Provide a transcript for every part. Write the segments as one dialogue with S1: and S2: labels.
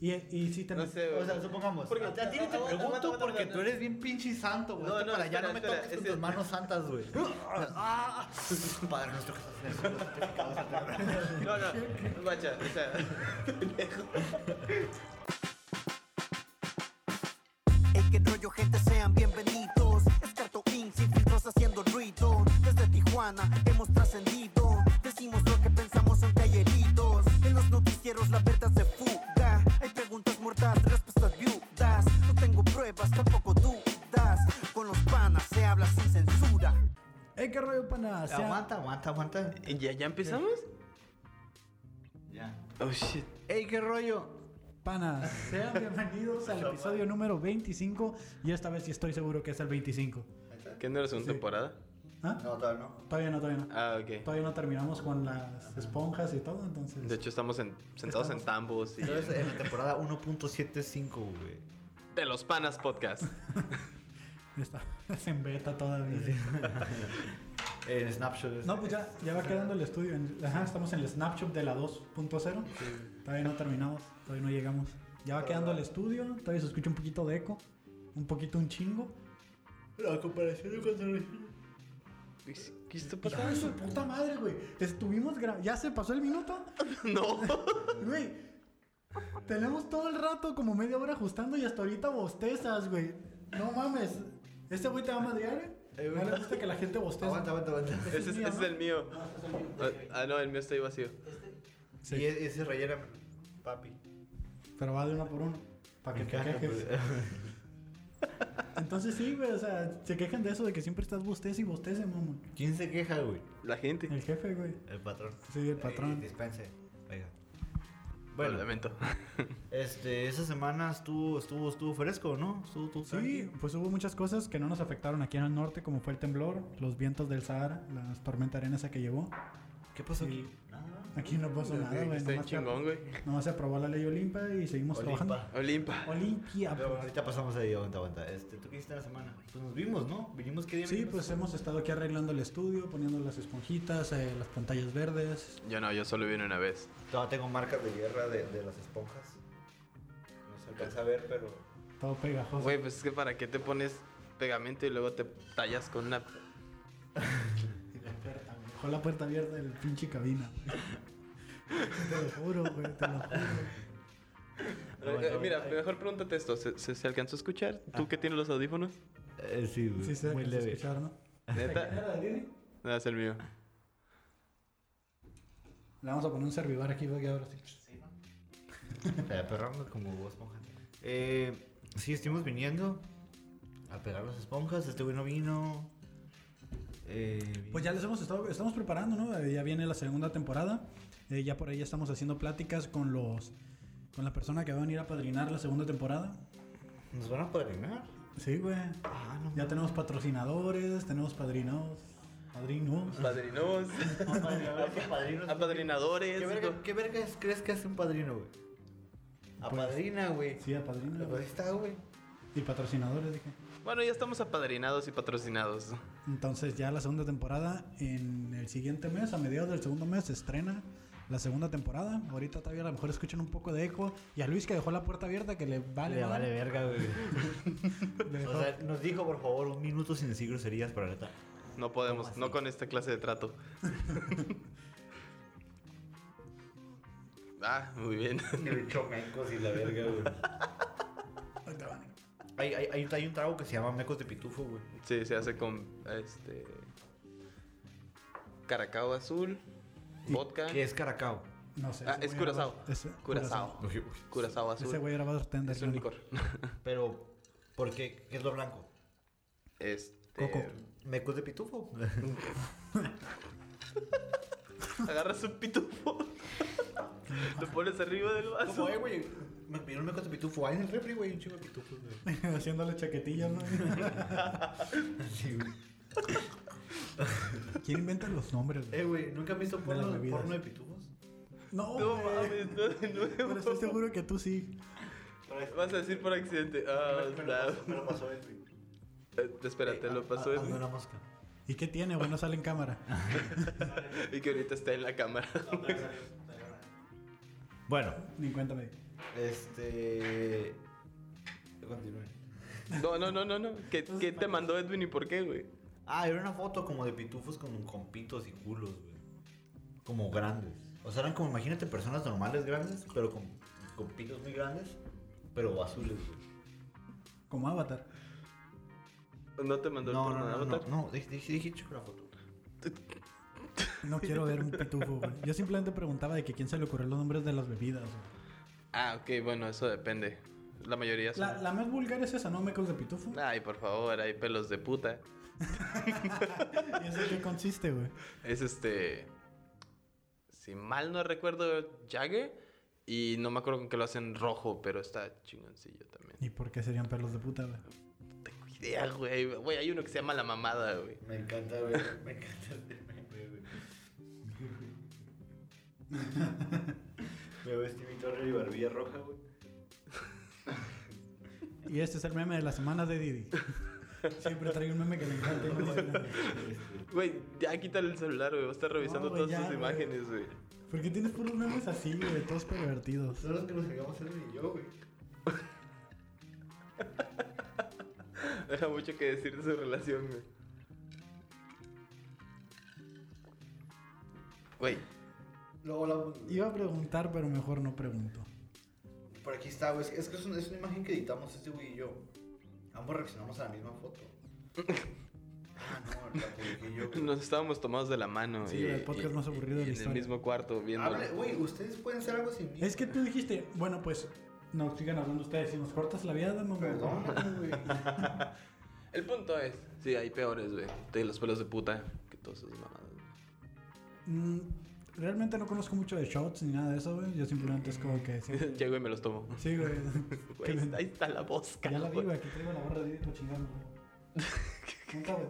S1: Y, y si te...
S2: No sé,
S3: O
S2: güey.
S3: sea, supongamos.
S2: Porque-
S3: a ti- a ti ni te
S2: Aguanta, aguanta,
S3: pregunto
S2: aguanta,
S3: porque
S2: aguanta.
S3: tú eres bien pinche santo, güey.
S2: No,
S3: Vete
S2: no,
S3: para allá,
S2: espera,
S3: no me
S2: espera,
S3: toques con
S2: ese-
S3: tus manos santas, güey. Ah, Padre nuestro que estás en el cielo, santificado sea tu nombre.
S2: No, no, guacha, o sea,
S4: Hey, que rollo, gente, sean bienvenidos. Escarto Inc. sin filtros haciendo ruido. Desde Tijuana hemos trascendido. Decimos lo que pensamos son galleritos. En los noticieros la verdad se fuga. Hay preguntas muertas, respuestas viudas. No tengo pruebas, tampoco dudas. Con los panas se habla sin censura.
S1: ¡Ey, qué rollo, pana! Sean-
S3: Aguanta, aguanta, aguanta.
S2: ¿Ya, ¿ya empezamos?
S3: Ya.
S2: Oh, shit.
S3: Ey, qué rollo.
S1: Panas, sean bienvenidos al episodio número 25 y esta vez sí estoy seguro que es el 25.
S2: ¿Qué no eres una
S1: Sí.
S2: temporada?
S1: ¿Ah?
S3: No, todavía no.
S1: Todavía no, todavía no.
S2: Ah, ok.
S1: Todavía no terminamos con las esponjas y todo, entonces...
S2: De hecho, estamos en- sentados en tambos y
S3: Entonces, en la temporada 1.75, güey.
S2: de los panas podcast.
S1: Está es en beta todavía.
S3: En Snapshot. es-
S1: No, pues ya, ya va quedando el estudio. en- ajá, estamos en el snapshot de la 2.0. Todavía no terminamos, todavía no llegamos. Ya va quedando el estudio, todavía se escucha un poquito de eco, un poquito un chingo.
S3: La comparación con
S2: ¿Qué está
S1: Pues, Hijo de su puta madre, güey. Estuvimos grabando. Ya se pasó el minuto.
S2: No.
S1: Güey, tenemos todo el rato como media hora ajustando y hasta ahorita bostezas, güey. No mames. ¿Este güey te va a madrear, güey?
S3: Eh,
S1: No
S3: güey.
S1: le gusta que la gente bosteza.
S3: Aguanta, aguanta, aguanta.
S2: Ese
S1: el
S2: es,
S1: mío,
S2: ese es
S1: ¿no?
S2: el mío.
S1: Ah, es el mío.
S2: Ah, no, el mío está ahí vacío.
S1: Sí.
S3: Y e- ese rellena, papi.
S1: Pero va de uno por uno. Para que te quejes.
S3: pues.
S1: Entonces sí, güey. O sea, se quejan de eso de que siempre estás bostece y bostece, mamón.
S3: ¿Quién se queja, güey?
S2: La gente.
S1: El jefe, güey.
S3: El patrón.
S1: Sí, el patrón.
S3: Eh, dispense. Oiga.
S2: Bueno,
S3: Bueno,
S2: lamento.
S3: este, esa semana estuvo, estuvo, estuvo fresco, ¿no? Estuvo, estuvo
S1: Sí, pues hubo muchas cosas que no nos afectaron aquí en el norte, como fue el temblor, los vientos del Sahara, las tormentas arenas que llevó.
S3: ¿Qué pasó
S1: Sí.
S3: aquí? Nada.
S1: Aquí no pasó nada, güey.
S2: Está en
S1: nomás se-
S2: chingón, güey.
S1: Nomás se aprobó la ley Olimpa y seguimos
S3: Olimpa.
S1: trabajando.
S2: Olimpa.
S1: Olimpia.
S3: Pero
S1: pues.
S3: ahorita pasamos ahí, aguanta, aguanta. Este, ¿tú qué hiciste la semana? Pues nos vimos, ¿no? Vinimos qué día
S1: Sí,
S3: vinimos?
S1: pues hemos estado aquí arreglando el estudio, poniendo las esponjitas, eh, las pantallas verdes.
S2: Yo no, yo solo vine una vez.
S3: Todavía tengo marcas de guerra de, de las esponjas. No se alcanza a ver, pero.
S1: Todo pegajoso.
S2: Güey, pues es que para qué te pones pegamento y luego te tallas con una.
S1: La puerta, güey. Dejó la puerta abierta del pinche cabina, güey. Te lo juro, güey, te lo juro.
S3: No,
S2: Eh, eh,
S3: no,
S2: mira,
S3: ay.
S2: mejor pregúntate esto. ¿Se, se, se alcanzó a escuchar? ¿Tú que tienes los audífonos?
S3: Eh, sí, güey.
S1: Sí se
S3: muy
S1: alcanza a
S3: leve.
S1: escuchar, ¿no?
S2: Neta. No, Ah, es el mío.
S1: Le vamos a poner un servivar aquí, güey, ahora sí.
S3: Eh, perrando como vos, esponja. Eh, sí, estuvimos viniendo a pegar las esponjas. Este güey no vino. Eh,
S1: Pues ya les hemos estado, estamos preparando, ¿no? Eh, ya viene la segunda temporada. Eh, ya por ahí estamos haciendo pláticas con los, con la persona que va a venir a padrinar la segunda temporada.
S3: ¿Nos van a padrinar?
S1: Sí, güey.
S3: Ah, no.
S1: Ya tenemos patrocinadores, tenemos padrinos, padrinos.
S2: Padrinos.
S3: Apadrinos.
S2: Apadrinadores.
S3: ¿Qué verga, qué verga es- crees que hace un padrino, güey? Apadrina, güey.
S1: Pues, Sí, a padrinos.
S3: Ahí está, güey.
S1: Y patrocinadores, dije.
S2: Bueno, ya estamos apadrinados y patrocinados.
S1: Entonces ya la segunda temporada, en el siguiente mes, a mediados del segundo mes, se estrena la segunda temporada. Ahorita todavía a lo mejor escuchan un poco de eco. Y a Luis que dejó la puerta abierta, que le vale. madre.
S3: Le vale verga, güey.
S1: Le dejó-
S3: O sea, nos dijo, por favor, un minuto sin decir groserías para neta.
S2: No podemos, no con esta clase de trato. ah, muy bien.
S3: Chomecos y la verga, güey.
S1: Ahí te va.
S3: Hay, hay, hay, hay un trago que se llama mecos de pitufo, güey.
S2: Sí, se hace con este. Caracao azul, vodka.
S3: Que es caracao.
S1: No sé.
S2: Ah,
S1: ese
S2: es
S1: güey era
S2: curazao.
S1: bar- ese-
S2: Curazao. Curazao azul.
S1: Ese güey era bartender.
S2: es un
S1: yo no.
S2: licor.
S3: Pero, ¿por qué? ¿Qué es lo blanco?
S2: Este.
S1: Coco.
S3: Mecos de pitufo.
S2: Agarras un pitufo. Lo pones arriba del vaso.
S3: Como, eh, güey, me pidieron mecos de pitufo. Hay en el refri, güey, un chico de pitufo, güey.
S1: Haciéndole chaquetillas, ¿no?
S3: Sí, güey.
S1: ¿Quién inventa los nombres, güey?
S3: Eh, güey, ¿nunca has visto
S1: las
S3: porno,
S1: bebidas.
S3: porno de pitufos?
S1: No,
S2: No
S1: güey.
S2: mames, no de
S1: Pero estoy
S2: nuevo.
S1: seguro que tú sí.
S2: Vas a decir por accidente. Ah,
S3: Me lo pasó- me lo pasó él, güey. ah,
S2: Eh, Espérate, lo pasó
S3: Ando
S2: él.
S3: una mosca.
S1: ¿Y qué tiene? Bueno, sale en cámara.
S2: Y que ahorita está en la cámara.
S3: Bueno,
S1: Ni cuéntame.
S3: Este. Continúe.
S2: No, no, no, no, no. ¿Qué, qué te mandó Edwin y por qué, güey?
S3: Ah, era una foto como de pitufos con, con pitos y culos, güey. Como grandes. O sea, eran como, imagínate, personas normales grandes, pero con, con pitos muy grandes, pero azules, güey.
S1: Como Avatar.
S2: No te mandó
S3: No,
S2: el
S3: no,
S2: porno de
S3: no, no,
S2: Avatar.
S3: no, dije, dije, dije hecho una foto.
S1: No quiero ver un pitufo, güey. Yo simplemente preguntaba de que quién se le ocurrió los nombres de las bebidas, güey.
S2: Ah, ok, bueno, eso depende. La mayoría son.
S1: La, la más vulgar es esa, ¿no? Mecos de pitufo.
S2: Ay, por favor, hay pelos de puta.
S1: ¿Y eso en qué consiste, güey?
S2: Es este. Si mal no recuerdo, Jagger. Y no me acuerdo con qué lo hacen rojo, pero está chingoncillo también.
S1: ¿Y por qué serían perros de puta, güey?
S2: No tengo idea, güey. Güey, hay uno que se llama La Mamada, güey.
S3: Me encanta, güey. Me encanta este meme, güey. Me vestí mi torre y barbilla roja, güey.
S1: Y este es el meme de la semana de Didi. Siempre traigo un meme que le encanta. y no dice nada.
S3: Este,
S2: Güey, ya quítale el celular, güey. Va a estar revisando
S1: No, güey,
S2: todas
S1: ya,
S2: sus
S1: güey.
S2: imágenes, güey.
S1: ¿Por qué tienes puros memes así, güey? Todos pervertidos.
S3: Son los que nos sacamos él y yo, güey.
S2: Deja mucho que decir de su relación, güey. Güey,
S3: Luego hablamos. güey.
S1: Iba a preguntar, pero mejor no pregunto.
S3: Por aquí está, güey. Es que es, un- es una imagen que editamos este güey y yo. Ambos reaccionamos a la misma foto. ah, no, la publiqué yo. güey.
S2: nos estábamos tomados de la mano.
S1: Sí, el podcast más aburrido de la
S2: y En el
S1: historia.
S2: mismo cuarto, viendo.
S3: Hable, güey, ustedes pueden hacer algo sin mí.
S1: Es que tú dijiste, bueno, pues, no sigan hablando ustedes. Si nos cortas la vida, mamá.
S3: Perdón, güey.
S2: El punto es, sí, hay peores, güey. De los pelos de puta que todas esas mamadas. güey.
S1: Mm, realmente no conozco mucho de shots ni nada de eso, güey. Yo simplemente es como que. Sí,
S2: Llego y me los tomo.
S1: sí, güey.
S2: Güey,
S1: Que-
S2: ahí está la mosca.
S1: ya la vi,
S2: güey.
S1: güey. Aquí traigo la barra de vidrio chingando, güey. Neta, güey.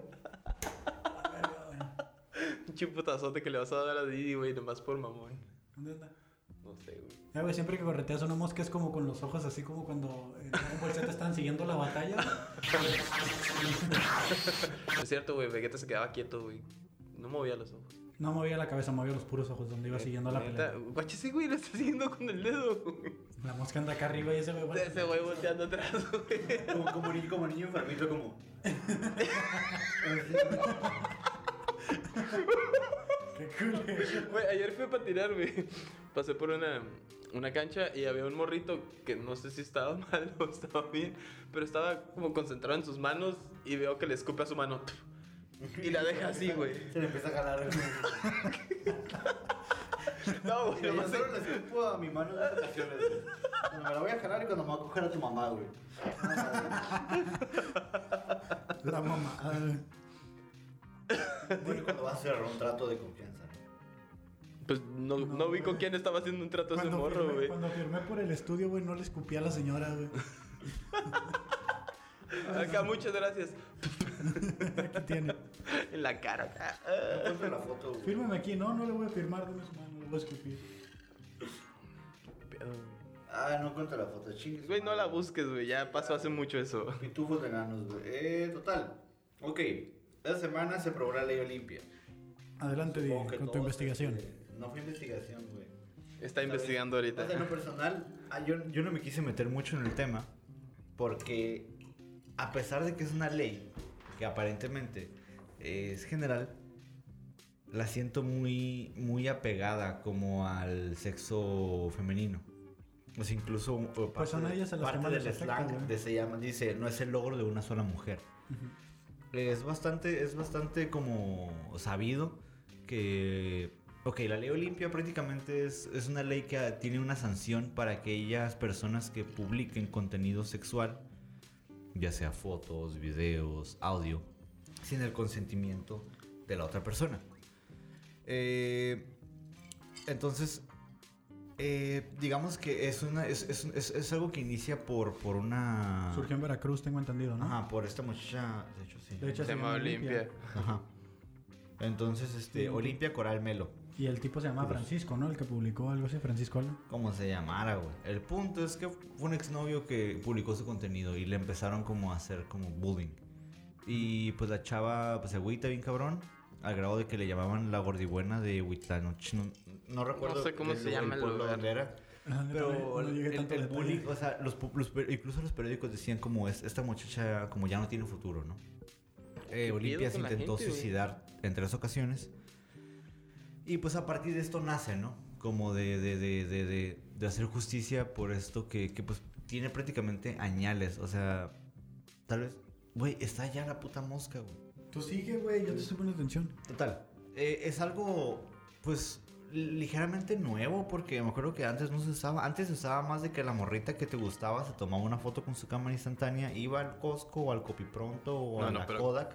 S1: A ver, güey.
S2: Pinche putazote que le vas a dar a Didi, güey, nomás por mamón.
S1: ¿Dónde está?
S2: No sé, güey.
S1: Ya, güey, siempre que correteas a una mosca es como con los ojos así como cuando en Dragon Ball Z te están siguiendo la batalla.
S2: Es cierto, güey, Vegeta se quedaba quieto, güey. No movía los ojos.
S1: No movía la cabeza, movía los puros ojos donde iba siguiendo la
S2: Eh, Neta,
S1: pelea.
S2: Guache, ese güey lo está siguiendo con el dedo, güey.
S1: La mosca anda acá arriba y ese güey... bueno,
S2: Ese güey volteando atrás, güey.
S3: Como, como niño, como niño enfermito, como.
S1: Qué cool.
S2: Güey, ayer fui a patinar, güey. Pasé por una, una cancha y había un morrito que no sé si estaba mal o estaba bien, pero estaba como concentrado en sus manos y veo que le escupe a su mano. Y la deja así, güey.
S3: Se le empieza a jalar, güey.
S2: No, güey,
S3: Yo
S2: nomás
S3: solo le escupo a mi mano en ocasiones, güey. Cuando me la voy a jalar y cuando me voy a coger a tu mamá, güey.
S1: La mamada, güey.
S3: Bueno, cuando vas a cerrar un trato de confianza, ¿no?
S2: Pues no, no,
S1: No,
S2: vi con
S1: güey.
S2: quién estaba haciendo un trato ese
S1: Cuando
S2: morro,
S1: firmé-
S2: güey.
S1: Cuando firmé por el estudio, güey, no le escupí a la señora, güey.
S2: Acá, muchas gracias.
S1: Aquí tiene.
S2: En la cara. Ah,
S3: Yo
S2: ah.
S3: encuentro la foto, güey.
S1: Fírmeme aquí. No, no le voy a firmar, dame su mano, le voy a escupir.
S3: Ah, no encuentro la foto, chingues.
S2: Güey, no la busques, güey. Ya pasó hace mucho eso.
S3: Pitufos veganos, güey. Eh, total. Ok. Esta semana se probó la ley Olimpia.
S1: Adelante, Diego,
S3: Supongo que
S1: con tu
S3: todos,
S1: investigación.
S3: este, No fue investigación, güey.
S2: Está investigando
S3: O sea, en
S2: ahorita.
S3: lo personal, ah, yo, yo no me quise meter mucho en el tema. Porque, a pesar de que es una ley que aparentemente es general, la siento muy, muy apegada como al sexo femenino. O sea, incluso o parte
S1: Pues son
S3: de-
S1: ellas a las que
S3: parte
S1: más
S3: del
S1: les afecta,
S3: slang
S1: güey.
S3: de se llama, dice, no es el logro de una sola mujer. Es bastante, es bastante como sabido que... Ok, la ley Olimpia prácticamente es, es una ley que ah, tiene una sanción para aquellas personas que publiquen contenido sexual, ya sea fotos, videos, audio, sin el consentimiento de la otra persona. Eh, entonces, eh, digamos que es, una, es, es, es- es algo que inicia por, por una...
S1: Surgió en Veracruz, tengo entendido, ¿no?
S3: Ajá, por esta muchacha, de hecho sí.
S1: De hecho,
S2: Se llama Olimpia.
S3: Ajá. Entonces, este, Olimpia Coral Melo,
S1: Y el tipo se llama Francisco, ¿no? El que publicó algo así, Francisco algo.
S3: como se llamara, güey. El punto es que fue un exnovio que publicó su contenido y le empezaron como a hacer como bullying. Y pues la chava, pues se agüita bien cabrón, al grado de que le llamaban la gordibuena de Huitlano. No, no recuerdo
S2: sé cómo se llama el
S3: pueblo
S2: lugar.
S3: donde era.
S1: Ajá,
S3: Pero
S1: también no
S3: el,
S1: llegué tanto
S3: el
S1: detalle.
S3: bullying, o sea, los, pu- los per- incluso los periódicos decían como es, esta muchacha como ya no tiene futuro, ¿no? Eh,
S2: pedo
S3: Olimpia se
S2: con la
S3: intentó
S2: gente, güey?
S3: suicidar en tres ocasiones. Y pues a partir de esto nace, ¿no? Como de, de, de, de, de- de hacer justicia por esto que, que, pues tiene prácticamente añales. O sea, tal vez... Güey, está ya la puta mosca, güey.
S1: Tú sigue, güey, yo te estoy poniendo atención.
S3: Total. eh, es algo, pues, ligeramente nuevo, porque me acuerdo que antes no se usaba. Antes se usaba más de que la morrita que te gustaba se tomaba una foto con su cámara instantánea, iba al Costco o al Copipronto o
S2: No,
S3: a
S2: no,
S3: la
S2: pero-
S3: Kodak.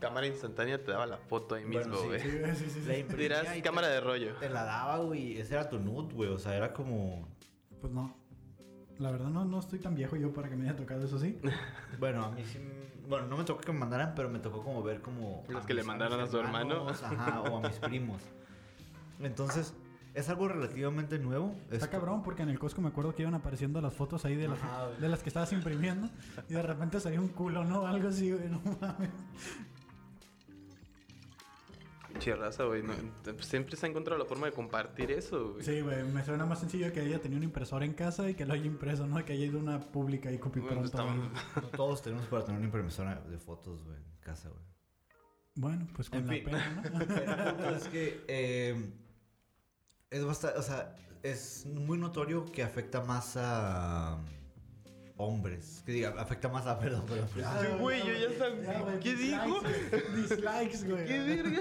S2: Cámara instantánea te daba la foto ahí
S3: Bueno,
S2: mismo,
S3: sí,
S2: güey.
S1: Sí, güey, sí, sí, sí.
S3: La imprimía
S2: Dirás
S3: y te-
S2: cámara de rollo.
S3: Te la daba, güey. Ese era tu nude, güey. O sea, era como.
S1: Pues no. La verdad no, no estoy tan viejo yo para que me haya tocado eso sí.
S3: Bueno, a mí sí. m- Bueno, no me tocó que me mandaran, pero me tocó como ver como.
S2: Los
S3: a
S2: que le
S3: mis-
S2: mandaron
S3: mis
S2: a su hermano.
S3: hermanos, Ajá, o a mis primos. Entonces, es algo relativamente nuevo.
S1: Está
S3: Esto-
S1: cabrón porque en el Costco me acuerdo que iban apareciendo las fotos ahí de las,
S3: Ajá, güey.
S1: de las que estabas imprimiendo y de repente salía un culo, ¿no? Algo así, güey, no mames.
S2: Chirraza, güey. no, te- pues, siempre se ha encontrado la forma de compartir eso, güey.
S1: Sí, güey, me suena más sencillo que ella tenía un impresor en casa y que lo haya impreso, ¿no? Que haya ido a una pública y copy
S2: Bueno,
S1: pronto.
S2: está-
S1: Bueno,
S3: No todos tenemos para tener una impresora de fotos, güey, en casa, güey.
S1: bueno, pues con
S3: En
S1: la
S3: fin.
S1: pena, ¿no?
S3: Pero el punto es que eh, es bastante, o sea, es muy notorio que afecta más a um, hombres. Que diga, afecta más a, perdón, perdón, perdón.
S2: Ay, güey, yo ya sab-
S1: güey,
S2: ¿qué dijo?
S1: dislikes, güey, Dislikes, güey.
S2: ¡Qué verga!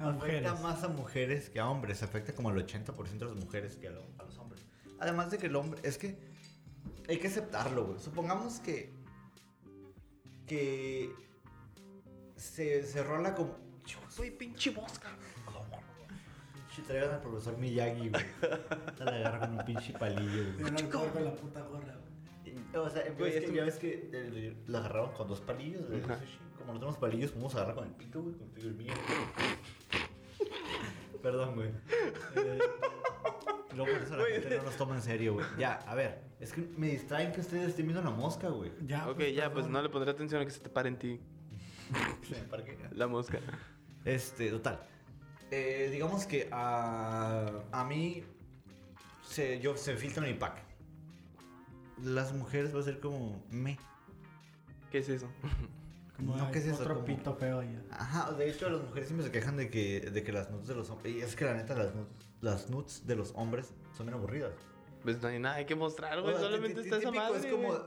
S1: A mujeres.
S3: Afecta más a mujeres que a hombres. Afecta como al 80% de las mujeres que a, lo- a los hombres. Además de que el hombre. Es que. Hay que aceptarlo, güey. Supongamos que. Que. Se, se rola como. Yo soy pinche mosca. Pinche traigan al profesor Miyagi, güey. Te la agarra con un pinche palillo,
S1: Yo
S3: güey.
S1: no le puedo con la puta gorra, güey.
S3: O sea,
S2: Güey,
S3: güey, es
S2: es
S3: que
S2: un-
S3: ya ves que eh, la agarraron con dos palillos. güey.
S2: Ajá.
S3: Como no tenemos palillos, vamos a agarrar con el pito, güey. Contigo el mío. Perdón, güey. Eh, luego por eso la gente no nos toma en serio, güey. Ya, a ver. Es que me distraen que ustedes estén viendo la mosca, güey.
S1: Ya,
S2: Ok, ya, pues
S1: perdón.
S2: no le pondré atención a que se te pare en ti
S3: Se me parquea.
S2: la mosca.
S3: Este, total. Eh, digamos que a, a mí se, yo, se filtra mi pack. Las mujeres va a ser como me.
S2: ¿Qué es eso?
S1: Como
S3: No,
S1: hay
S3: ¿qué es eso?
S1: Otro
S3: Como-
S1: pito feo allá.
S3: Ajá, de hecho las mujeres siempre se quejan de que, de que las nudes de los hombres... Y es que la neta las nudes, las nudes de los hombres son bien aburridas.
S2: Pues no hay nada que mostrar, güey.
S3: O sea,
S2: Solamente
S3: tí- tí-
S2: está esa
S3: típico,
S2: madre.
S3: Es como...
S2: güey.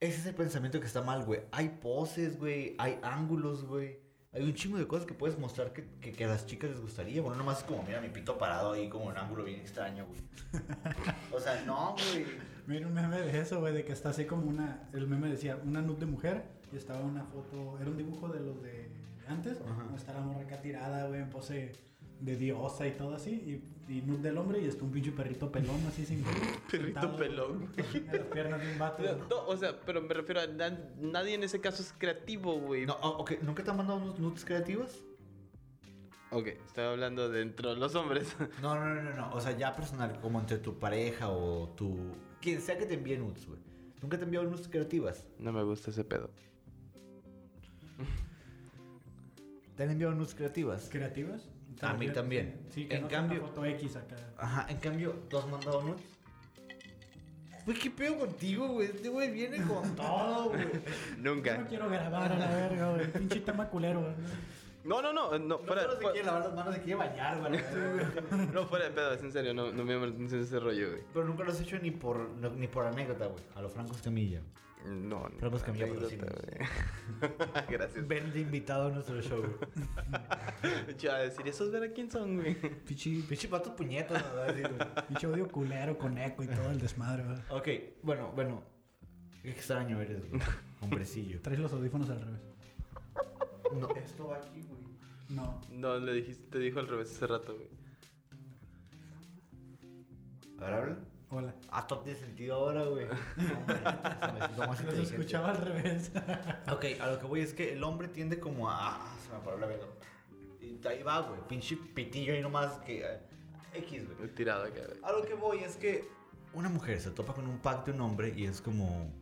S3: Ese es el pensamiento que está mal, güey. Hay poses, güey. Hay ángulos, güey. Hay un chingo de cosas que puedes mostrar que, que, que a las chicas les gustaría. Bueno, nomás es como, mira, mi pito parado ahí como en ángulo bien extraño, güey. O sea, no, güey.
S1: Mira un meme de eso, güey, de que está así como una. El meme decía una nude de mujer y estaba una foto. Era un dibujo de los de antes.
S3: Ajá.
S1: donde Está la morra acá tirada, güey, en pose de diosa y todo así. Y, y nude del hombre y está un pinche perrito pelón así sin culo,
S2: Perrito
S1: sentado
S2: pelón,
S1: En las piernas de un vato.
S2: No, no, o sea, pero me refiero a na- nadie en ese caso es creativo, güey.
S3: No, o- ok, ¿Nunca te han mandado unos nudes creativas?
S2: Ok, estoy hablando de dentro de los hombres.
S3: No, no, no, no, no. O sea, ya personal, como entre tu pareja o tu... Quien sea que te envíe nudes, güey. ¿Nunca te han enviado nudes creativas?
S2: No me gusta ese pedo.
S3: ¿Te han enviado nudes creativas?
S1: ¿Creativas?
S3: A mí también.
S1: Sí, que
S3: En
S1: no sea una
S3: cambio-
S1: foto X acá.
S3: Ajá, en cambio, ¿tú has mandado nudes? Güey, ¿qué pedo contigo, güey? Este güey viene con todo, güey.
S1: Yo no
S2: Nunca.
S1: quiero grabar a la verga, güey. Pinche tema culero, güey.
S2: No, no, eh, no, no,
S3: No
S2: fuera,
S3: solo se
S2: fuera-
S3: quiere lavar las manos, se quiere bañar, güey.
S2: no, fuera de pedo, es en serio, no, no me llama la atención ese rollo, güey.
S3: Pero nunca lo has hecho ni por, no- ni por anécdota, güey. A los francos Camilla.
S2: No, no.
S3: Pero hemos cambiado
S2: anécdota, güey. Gracias.
S3: Ven de invitado a nuestro show, güey.
S2: Yo iba a decir, ¿esos ver a quién son, güey?
S3: Pichi, pichi pato puñetas, ¿no? Así, güey.
S1: Pinche odio culero con eco y todo el desmadre, güey.
S3: Ok, bueno, bueno. Qué extraño eres, güey. Hombrecillo.
S1: Traes los audífonos al revés.
S3: No. Esto va aquí, güey.
S1: No.
S2: No, le dijiste, te dijo al revés hace rato, güey.
S3: A ver, habla.
S1: Hola.
S3: Ah, todo tiene sentido ahora, güey. Hombre, se me siento más
S1: Los
S3: inteligente.
S1: escuchaba al revés.
S3: Ok, a lo que voy es que el hombre tiende como a. Ah, se me paró la verga. Y ahí va, güey. Pinche pitillo ahí nomás que. eh, X, güey.
S2: He tirado acá, güey.
S3: A lo que voy es que. Una mujer se topa con un pack de un hombre y es como.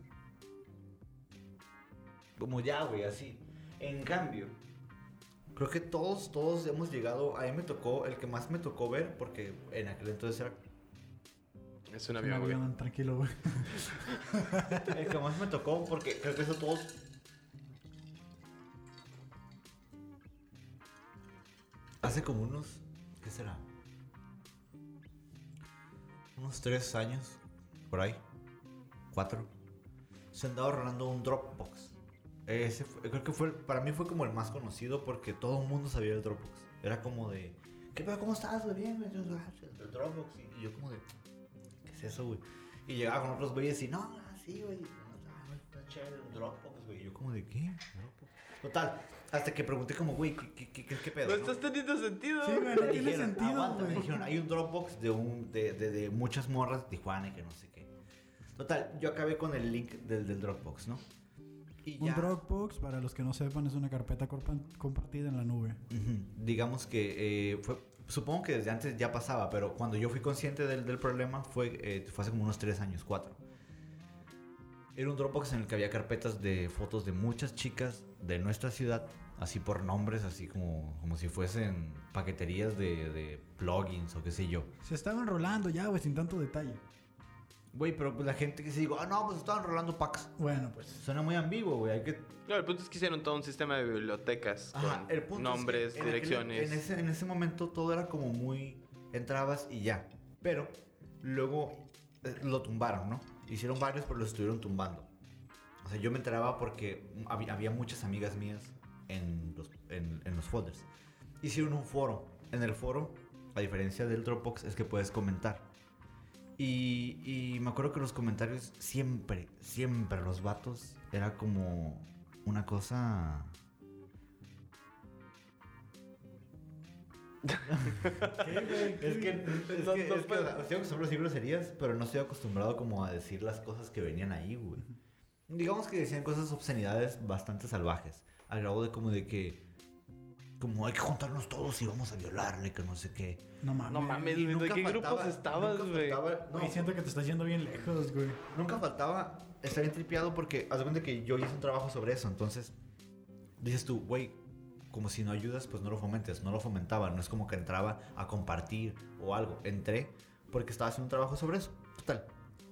S3: Como ya, güey, así. En cambio, creo que todos, todos hemos llegado. A mí me tocó, el que más me tocó ver, porque en aquel entonces era
S2: Es un
S1: Un
S2: avión, güey.
S1: avión, tranquilo, güey.
S3: El que más me tocó, porque creo que eso todos. Hace como unos. ¿Qué será? Unos tres años. Por ahí. Cuatro. Se andaba rolando un Dropbox. Ese fue- creo que fue. el- Para mí fue como el más conocido porque todo el mundo sabía el Dropbox. Era como de. ¿Qué pedo? ¿Cómo estás? güey? Bien, güey, el Dropbox. Y yo como de. ¿Qué es eso, güey? Y llegaba con otros güeyes y no, ah, sí, güey. no, ah, güey, Está chévere, un Dropbox, güey. Y Yo como de qué? Dropbox. Total, hasta que pregunté como, güey, ¿qué, qué, qué, qué, qué pedo?
S2: No
S3: no?"
S2: estás teniendo sentido.
S1: Sí, güey,
S3: Me
S1: no tiene
S3: dijeron,
S1: sentido,
S3: "Aguanta", me
S1: güey.
S3: dijeron, hay un Dropbox de, un, de, de, de muchas morras de Tijuana y que no sé qué. Total, yo acabé con el link del, del Dropbox, ¿no? Y
S1: Un
S3: ya,
S1: Dropbox, para los que no sepan, es una carpeta corpa- compartida en la nube.
S3: ujú, digamos que eh, fue, supongo que desde antes ya pasaba, pero cuando yo fui consciente del, del problema fue, eh, fue hace como unos 3 años, 4. Era un Dropbox en el que había carpetas de fotos de muchas chicas de nuestra ciudad, así por nombres, así como, como si fuesen paqueterías de, de plugins o qué sé yo.
S1: Se estaban rolando ya, güey, sin tanto detalle.
S3: Güey, pero pues la gente que se digo, ah, no, pues estaban rolando packs.
S1: Bueno, pues.
S3: Suena muy ambiguo, güey. Hay que.
S2: Claro, el punto es que hicieron todo un sistema de bibliotecas
S3: Ajá,
S2: con
S3: el punto es
S2: nombres,
S3: que en aquel-
S2: direcciones.
S3: en, ese, en ese momento todo era como muy. Entrabas y ya. Pero luego eh, lo tumbaron, ¿no? Hicieron varios, pero lo estuvieron tumbando. O sea, yo me enteraba porque había, había muchas amigas mías en los, en, en los folders. Hicieron un foro. En el foro, a diferencia del Dropbox, es que puedes comentar. Y, y me acuerdo que los comentarios siempre, siempre los vatos era como una cosa... Es que, es que, es que, o sea, estoy acostumbrado a decir groserías, pero no estoy acostumbrado como a decir las cosas que venían ahí, güey. Digamos que decían cosas obscenidades bastante salvajes. Al grado de como de que... Como hay que juntarnos todos y vamos a violarle, que no sé qué.
S1: No mames.
S2: No mames,
S3: Y
S2: güey, ¿de
S3: nunca
S2: qué
S3: faltaba-
S2: grupos estabas,
S3: nunca
S2: güey?
S3: faltaba- no,
S1: Güey, siento que te estás yendo bien lejos, güey.
S3: nunca faltaba estar bien tripeado porque haz de cuenta que yo hice un trabajo sobre eso, entonces dices tú, güey, como si no ayudas, pues no lo fomentes, no lo fomentaba, no es como que entraba a compartir o algo, entré porque estaba haciendo un trabajo sobre eso, total,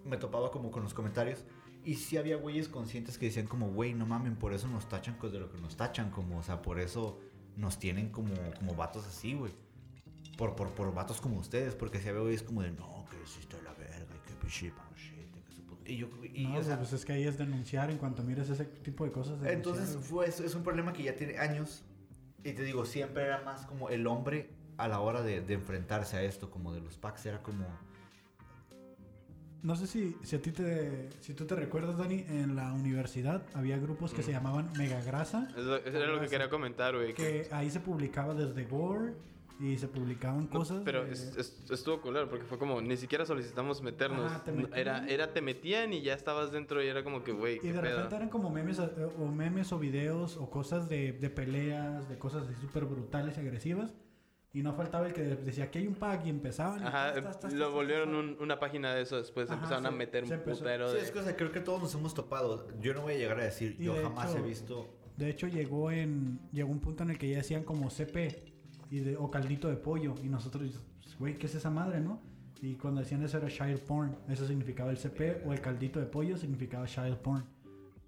S3: me topaba como con los comentarios y sí había güeyes conscientes que decían como, güey, no mamen, por eso nos tachan pues, de lo que nos tachan, como, o sea, por eso nos tienen como, como vatos así, güey por, por, por vatos como ustedes, porque si veo es como de no, que hiciste la verga y que pichi panochete, que su puta-". Y yo, y,
S1: No,
S3: o sea,
S1: pues es que ahí es denunciar en cuanto mires ese tipo de cosas. denunciar,
S3: entonces
S1: güey.
S3: fue, es, es un problema que ya tiene años. Y te digo, siempre era más como el hombre a la hora de, de enfrentarse a esto, como de los packs, era como.
S1: No sé si, si a ti te. Si tú te recuerdas, Dani, en la universidad había grupos que se llamaban Megagrasa.
S2: Es lo- eso era lo que quería comentar, güey.
S1: Que ahí se publicaba desde Gore y se publicaban
S2: No,
S1: cosas.
S2: pero
S1: de-
S2: es- es- estuvo culero porque fue como ni siquiera solicitamos meternos.
S1: Ajá, te
S2: No,
S1: metían.
S2: era, era te metían y ya estabas dentro y era como que, güey,
S1: Y
S2: qué
S1: de
S2: pedo.
S1: repente eran como memes eh, o memes o videos o cosas de, de peleas, de cosas así súper brutales y agresivas. Y no faltaba el que decía que hay un pack y empezaban. y
S2: Ajá, em,
S1: tas, tas, tas,
S2: lo
S1: tas,
S2: volvieron
S1: tas,
S2: un- una página de eso después.
S1: Ajá,
S2: empezaron a
S1: se-
S2: meter
S1: se
S2: un
S1: empezó.
S2: putero
S3: Sí,
S2: de.
S3: es cosa, creo que todos nos hemos topado. Yo no voy a llegar a decir,
S1: Y
S3: yo
S1: de
S3: jamás
S1: hecho-
S3: he visto.
S1: tas. De hecho, llegó en llegó un punto en el que ya decían como CP y de, o caldito de pollo. Y nosotros, pues, güey, ¿qué es esa madre, no? Y cuando decían eso era child porn. Eso significaba el CP o el caldito de pollo significaba child porn.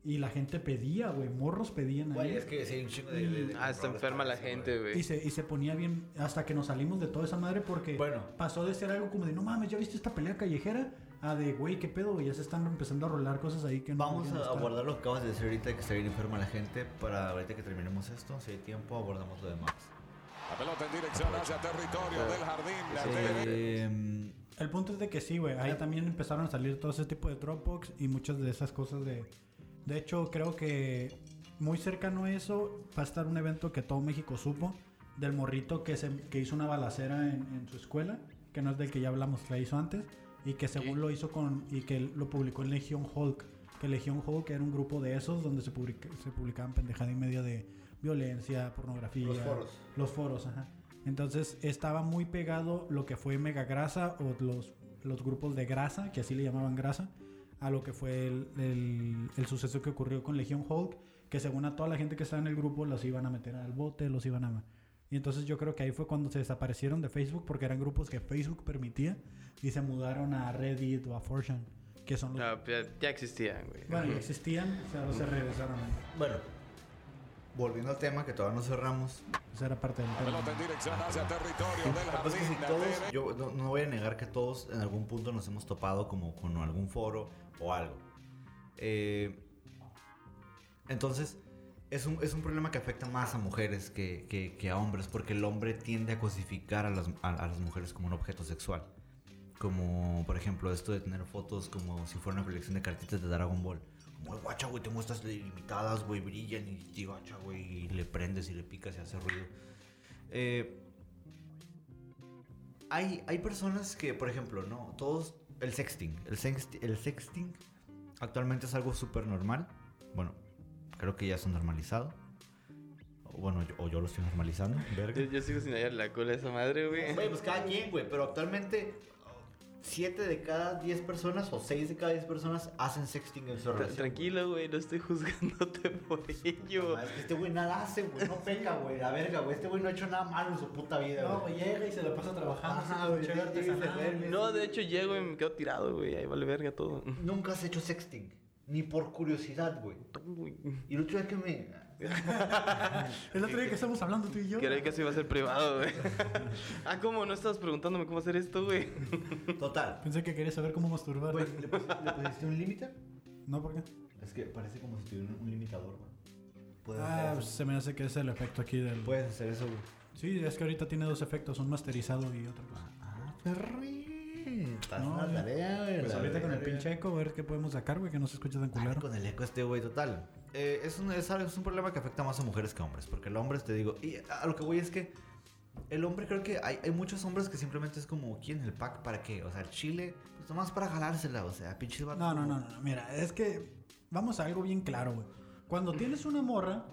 S1: Y la gente pedía, güey, morros pedían ahí.
S3: Güey, es que sí, hay un chingo de. de- de-
S2: Ah, está enferma la gente,
S1: Y
S2: güey.
S1: se, y se ponía bien hasta que nos salimos de toda esa madre porque
S3: Bueno.
S1: pasó de ser algo como de no mames, ¿ya viste esta pelea callejera? A de güey, qué pedo, güey, ya se están empezando a rolar cosas ahí que no
S3: Vamos
S1: deberían
S3: a
S1: estar".
S3: abordar lo que acabas de decir ahorita, que está bien enferma la gente. Para ahorita que terminemos esto, si hay tiempo, abordamos lo demás.
S5: La pelota en dirección hacia territorio del jardín. La TV.
S3: Eh,
S1: El punto es de que sí, güey, ahí también empezaron a salir todo ese tipo de Dropbox y muchas de esas cosas de. De hecho, creo que muy cercano a eso va a estar un evento que todo México supo del morrito que, se, que hizo una balacera en, en su escuela, que no es del que ya hablamos, que la hizo antes, y que según
S2: ¿Qué?
S1: lo hizo con. y que lo publicó en Legion Hulk. Que Legion Hulk era un grupo de esos donde se, publica- se publicaban pendejada y media de violencia, pornografía.
S3: Los foros.
S1: Los foros, ajá. Entonces estaba muy pegado lo que fue Mega Grasa o los, los grupos de grasa, que así le llamaban grasa, a lo que fue el, el- el suceso que ocurrió con Legion Hulk, que según a toda la gente que estaba en el grupo, los iban a meter al bote, los iban a, Y entonces yo creo que ahí fue cuando se desaparecieron de Facebook porque eran grupos que Facebook permitía y se mudaron a Reddit o a 4 que son los...
S2: No, ya, ya existían, güey.
S1: Bueno, ya
S2: Ajá.
S1: existían, pero se regresaron.
S3: Bueno, volviendo al tema que todavía no cerramos.
S1: Esa era parte del tema.
S5: Pelota en dirección hacia territorio del
S3: Pues que si
S5: jardín.
S3: todos, yo no, no voy a negar que todos en algún punto nos hemos topado como con algún foro o algo. Eh, entonces, es un, es un problema que afecta más a mujeres que, que- que a hombres, porque el hombre tiende a cosificar a las, a- a las mujeres como un objeto sexual. Como, por ejemplo, esto de tener fotos como si fuera una colección de cartitas de Dragon Ball. Como, "Ay, guacha, güey, tengo estas limitadas, güey, brillan y, y guacha, güey, y le prendes y le picas y hace ruido. Eh, hay, hay personas que, por ejemplo, no, todos, el sexting, el, sexti- el sexting actualmente es algo súper normal. Bueno, creo que ya está normalizado. O Bueno, yo- o yo lo estoy normalizando. Verga.
S2: Yo, yo sigo sin hallar la cola a esa madre,
S3: Güey,
S2: güey.
S3: pues cada quien, güey, pero actualmente 7 de cada 10 personas o 6 de cada 10 personas hacen sexting en su
S2: Tra-
S3: relación.
S2: Tranquilo, güey, no estoy juzgándote por ello.
S3: Mamá, es que este güey nada hace, güey, no peca, güey, la verga, güey, este güey no ha hecho nada malo en su puta vida, güey.
S1: llega y se la pasa trabajando.
S3: Ajá,
S1: así,
S3: güey,
S1: chévere
S3: llega y se
S1: artesanal,
S3: duerme.
S1: güey.
S2: No, de hecho llego y me quedo tirado, güey. Ahí vale verga todo.
S3: Nunca has hecho sexting, ni por curiosidad, güey.
S2: Güey.
S3: Y la última vez que me...
S1: El otro día que estamos hablando tú y yo.
S2: Creí que eso iba a ser privado, güey. ah, ¿cómo? ¿No estabas preguntándome cómo hacer esto, güey?
S3: Total.
S1: Pensé que querías saber cómo masturbar.
S3: Güey, ¿le, pusiste, le pusiste un límite?
S1: No, ¿por qué?
S3: Es que parece como si tuviera un, un limitador, güey. Puedes
S1: Ah,
S3: hacer
S1: pues,
S3: eso.
S1: se me hace que es el efecto aquí del...
S3: Puedes hacer eso, güey.
S1: Sí, es que ahorita tiene dos efectos, un masterizado y otra cosa.
S3: Ah, perrín. Estás
S1: No,
S3: en la
S1: güey.
S3: tarea, güey.
S1: Pues
S3: la
S1: ahorita con el
S3: verga.
S1: pinche eco, a ver qué podemos sacar, güey, que no se escuche tan
S3: Dale
S1: culero.
S3: Con el eco este güey, total. Eh, es, un, es, algo- es un problema que afecta más a mujeres que a hombres. Porque el hombre, te digo, y a lo que voy es que el hombre creo que hay, hay muchos hombres que simplemente es como, ¿quién el pack? ¿Para qué? O sea, el chile, pues nomás para jalársela, o sea, pinche vato
S1: No, no,
S3: como-
S1: no, no, mira, es que vamos a algo bien claro, güey. Cuando tienes una morra,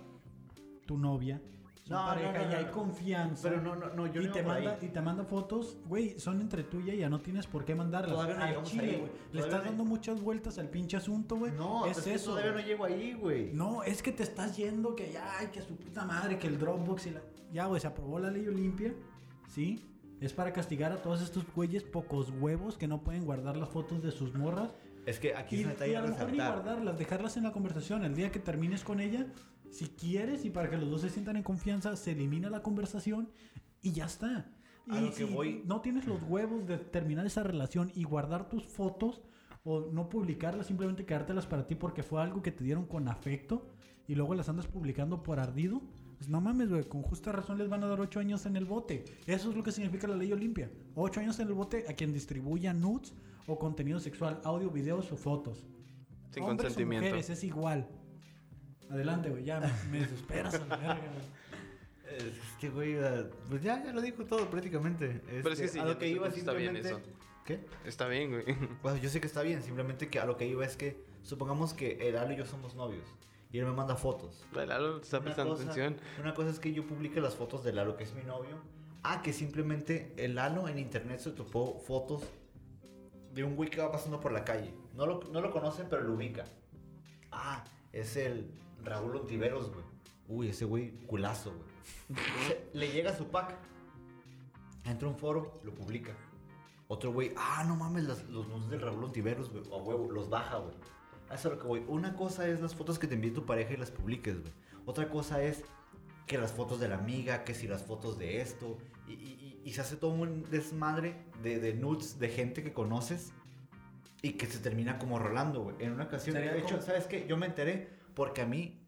S1: tu novia, su
S3: No,
S1: pareja,
S3: no, no,
S1: y
S3: no,
S1: hay
S3: no.
S1: confianza.
S3: Pero no, no, no, yo
S1: y,
S3: no
S1: te
S3: iba por
S1: manda,
S3: ahí.
S1: y te manda fotos, güey, son entre tú y ella, no tienes por qué mandarlas.
S3: Todavía no
S1: Al
S3: llegamos
S1: chile,
S3: ahí.
S1: güey. Le
S3: Todavía
S1: estás
S3: no-
S1: dando muchas vueltas al pinche asunto, güey.
S3: No, pues
S1: es eso.
S3: todavía
S1: güey.
S3: no llego ahí, güey.
S1: No, es que te estás yendo que ya, ay, que su puta madre, que el Dropbox y la... Ya, güey, se aprobó la ley Olimpia, ¿sí? Es para castigar a todos estos güeyes pocos huevos que no pueden guardar las fotos de sus morras.
S3: Es que aquí
S1: Y,
S3: es un
S1: y
S3: detalle
S1: a
S3: a
S1: lo mejor ni
S3: resaltar.
S1: guardarlas, dejarlas en la conversación. El día que termines con ella, si quieres y para que los dos se sientan en confianza, se elimina la conversación y ya está.
S3: A
S1: y
S3: lo que
S1: si
S3: voy-
S1: no tienes los huevos de terminar esa relación y guardar tus fotos o no publicarlas, simplemente quedártelas para ti porque fue algo que te dieron con afecto y luego las andas publicando por ardido. Pues no mames, güey, con justa razón les van a dar 8 años en el bote. Eso es lo que significa la ley Olimpia. 8 años en el bote a quien distribuya nudes o contenido sexual, audio, videos o fotos. Hombres
S2: Sin
S1: o
S2: consentimiento.
S1: mujeres, es igual. Adelante, güey, ya me- me desesperas a la verga, güey.
S3: Eh, Este güey, eh, pues ya, ya lo dijo todo prácticamente.
S2: Pero es que
S3: Este,
S2: sí,
S3: a
S2: ya
S3: lo que iba
S2: está bien
S3: simplemente... ¿Qué?
S1: eh.
S2: Está bien, güey.
S3: Bueno, yo sé que está bien, simplemente que a lo que iba es que supongamos que el Lalo y yo somos novios y él me manda fotos.
S2: Lalo te está
S3: Una
S2: prestando
S3: cosa-
S2: atención.
S3: Una cosa es que yo publique las fotos de Lalo, que es mi novio, Ah, que simplemente el Lalo en internet se topó fotos de un güey que va pasando por la calle. No lo, no lo conocen, pero lo ubica. Ah, es el Raúl Ontiveros, güey. Uy, ese güey culazo, güey. Se- Le llega su pack. Entra a un foro, lo publica. Otro güey, ah, no mames, las- los nudes del Raúl Ontiveros, güey, a huevo, los baja, güey. A Eso es lo que voy. Una cosa es las fotos que te envíe tu pareja y las publiques, güey. Otra cosa es que las fotos de la amiga, que si las fotos de esto. Y, y- y- y se hace todo un desmadre de, de nudes de gente que conoces y que se termina como rolando, güey. En una ocasión,
S1: Sería
S3: de hecho,
S1: como-
S3: ¿sabes qué? Yo me enteré porque a mí,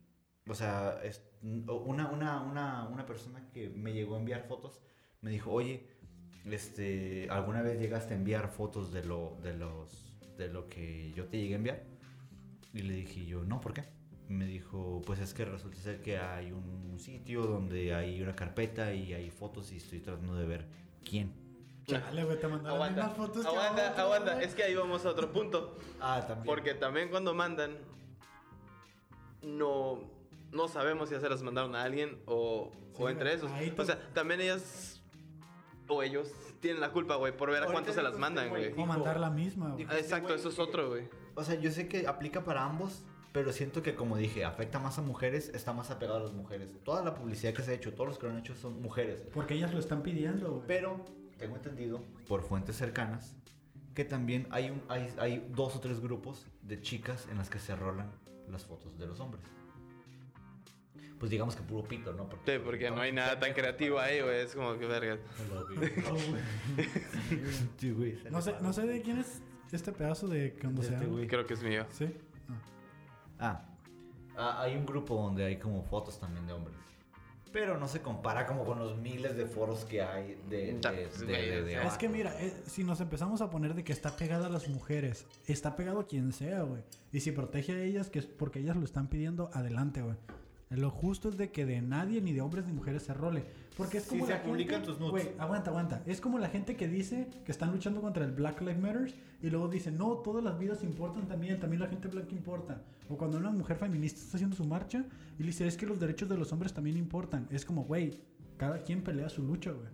S3: o sea, es- una, una, una, una persona que me llegó a enviar fotos me dijo, oye, este, ¿alguna vez llegaste a enviar fotos de lo, de los, de lo que yo te llegué a enviar? Y le dije yo, no, ¿por qué? Me dijo, pues es que resulta ser que hay un sitio donde hay una carpeta y hay fotos y estoy tratando de ver quién.
S1: Chale, güey, te mandaron
S2: Aguanta,
S1: unas fotos que a
S2: aguanta,
S1: otro,
S2: aguanta.
S1: güey.
S2: Es que ahí vamos a otro punto.
S3: Ah, también.
S2: Porque también cuando mandan, no, no sabemos si ya se las mandaron a alguien o,
S1: Sí,
S2: o entre
S1: güey,
S2: esos.
S1: ahí
S2: O
S1: te-
S2: sea, también ellas o ellos tienen la culpa, güey, por ver a
S3: Ahorita
S2: cuántos se las
S3: dijo este
S2: mandan,
S3: güey.
S2: güey.
S1: O mandar la misma, este güey.
S3: Dijo-
S2: Ah, Exacto, eso es otro, güey.
S3: O sea, yo sé que aplica para ambos, Pero siento que, como dije, afecta más a mujeres, está más apegado a las mujeres. Toda la publicidad que se ha hecho, todos los que lo han hecho son mujeres.
S1: Porque ellas lo están pidiendo, güey.
S3: Pero tengo entendido por fuentes cercanas que también hay, un, hay, hay dos o tres grupos de chicas en las que se rolan las fotos de los hombres. Pues digamos que puro pito, ¿no?
S2: Sí, porque no hay nada tan creativo ahí, güey. Es como que verga.
S1: No, güey.
S3: Sí, güey, se
S1: No
S3: le
S1: sé,
S3: paró.
S1: no sé de quién es este pedazo de cuando
S3: De
S1: se
S3: este
S1: dan.
S3: güey.
S2: Creo que es mío.
S1: Sí. Ah.
S3: Ah. Ah, hay un grupo donde hay como fotos también de hombres. Pero no se compara como con los miles de foros que hay de... de-
S2: Ta-
S3: de-
S2: sí,
S3: de- de-
S2: güey,
S3: de
S2: o
S1: Es que
S3: vatos.
S1: mira, eh, si nos empezamos a poner de que está pegada a las mujeres, está pegado a quien sea, güey. Y si protege a ellas, que es porque ellas lo están pidiendo, adelante, güey. Lo justo es de que de nadie, ni de hombres ni mujeres, se role. Porque es
S3: Sí,
S1: como
S3: se
S1: la gente-
S3: publican tus nudes.
S1: Güey, aguanta, aguanta. Es como la gente que dice que están luchando contra el Black Lives Matter y luego dice, no, todas las vidas importan también, también la gente blanca importa. O cuando una mujer feminista está haciendo su marcha y le dice, es que los derechos de los hombres también importan. Es como, güey, cada quien pelea su lucha, güey.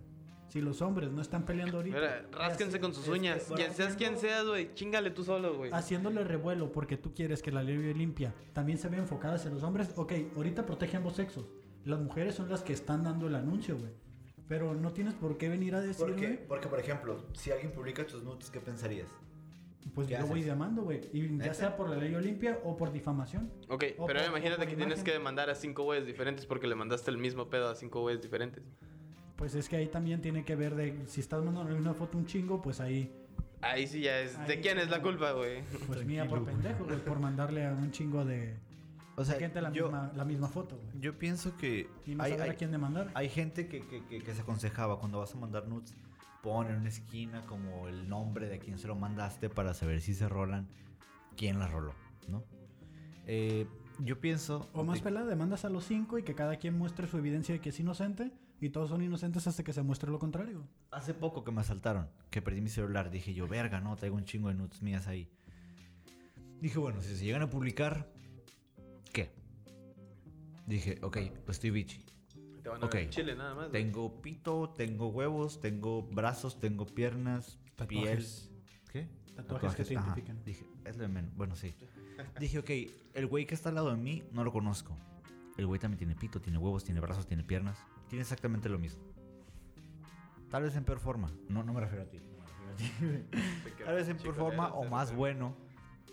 S1: Si los hombres no están peleando ahorita,
S2: Mira, rásquense con sus uñas.
S1: bueno,
S2: Quien seas quien seas, güey. Chingale tú solo, güey.
S1: haciéndole revuelo porque tú quieres que la ley vive limpia también se ve enfocada hacia los hombres. Ok, ahorita protege ambos sexos. Las mujeres son las que están dando el anuncio, güey. Pero no tienes por qué venir a decir,
S3: Porque,
S1: güey,
S3: porque, por ejemplo, si alguien publica tus nudes, ¿qué pensarías?
S1: Pues
S3: ¿Qué
S1: yo voy
S3: haces?
S1: llamando, güey. Y ya
S3: Neta.
S1: sea por la ley Olimpia o por difamación.
S2: Ok,
S1: O
S2: pero
S1: por-
S2: imagínate
S1: o por
S2: que tienes
S1: imagen.
S2: que demandar a cinco güeyes diferentes porque le mandaste el mismo pedo a cinco güeyes diferentes.
S1: Pues es que ahí también tiene que ver de si estás mandándole una foto un chingo, pues ahí,
S2: Ahí sí ya es. ¿De
S1: Ahí
S2: quién
S1: sí
S2: es la
S1: ya.
S2: culpa, güey?
S1: pues mía por pendejo, güey, por mandarle a un chingo de
S3: O
S1: de gente la,
S3: yo,
S1: misma, la misma foto, güey.
S3: yo pienso que
S1: Y no
S3: hay,
S1: saber
S3: hay-
S1: a quién demandar.
S3: hay gente que, que- que- que se aconsejaba cuando vas a mandar nudes, pon en una esquina como el nombre de a quién se lo mandaste para saber si se rolan, quién la roló, ¿no? Eh, yo pienso...
S1: O más
S3: de-
S1: pelada, demandas a los cinco y que cada quien muestre su evidencia de que es inocente y todos son inocentes hasta que se muestre lo contrario.
S3: Hace poco que me asaltaron, que perdí mi celular, dije yo, verga, no, traigo un chingo de nudes mías ahí. Dije, bueno, si se llegan a publicar, ¿qué? Dije, ok, pues estoy bichi.
S2: Te van a
S3: Ok.
S2: ver Chile nada más. güey.
S3: Tengo pito, tengo huevos, tengo brazos, tengo piernas, piel.
S1: Tatuajes.
S3: ¿Qué?
S1: Tatuajes que te
S3: ajá.
S1: identifican.
S3: Dije, es lo de menos. Bueno, sí. Dije, ok, el güey que está al lado de mí no lo conozco. El güey también tiene pito, tiene huevos, tiene brazos, tiene piernas. Tiene exactamente lo mismo. Tal vez en peor forma. No, no me refiero a ti. no me refiero a ti.
S2: Te quedas
S3: Tal vez en peor
S2: chico,
S3: forma
S2: ya,
S3: o
S2: ya,
S3: más
S2: ya.
S3: bueno.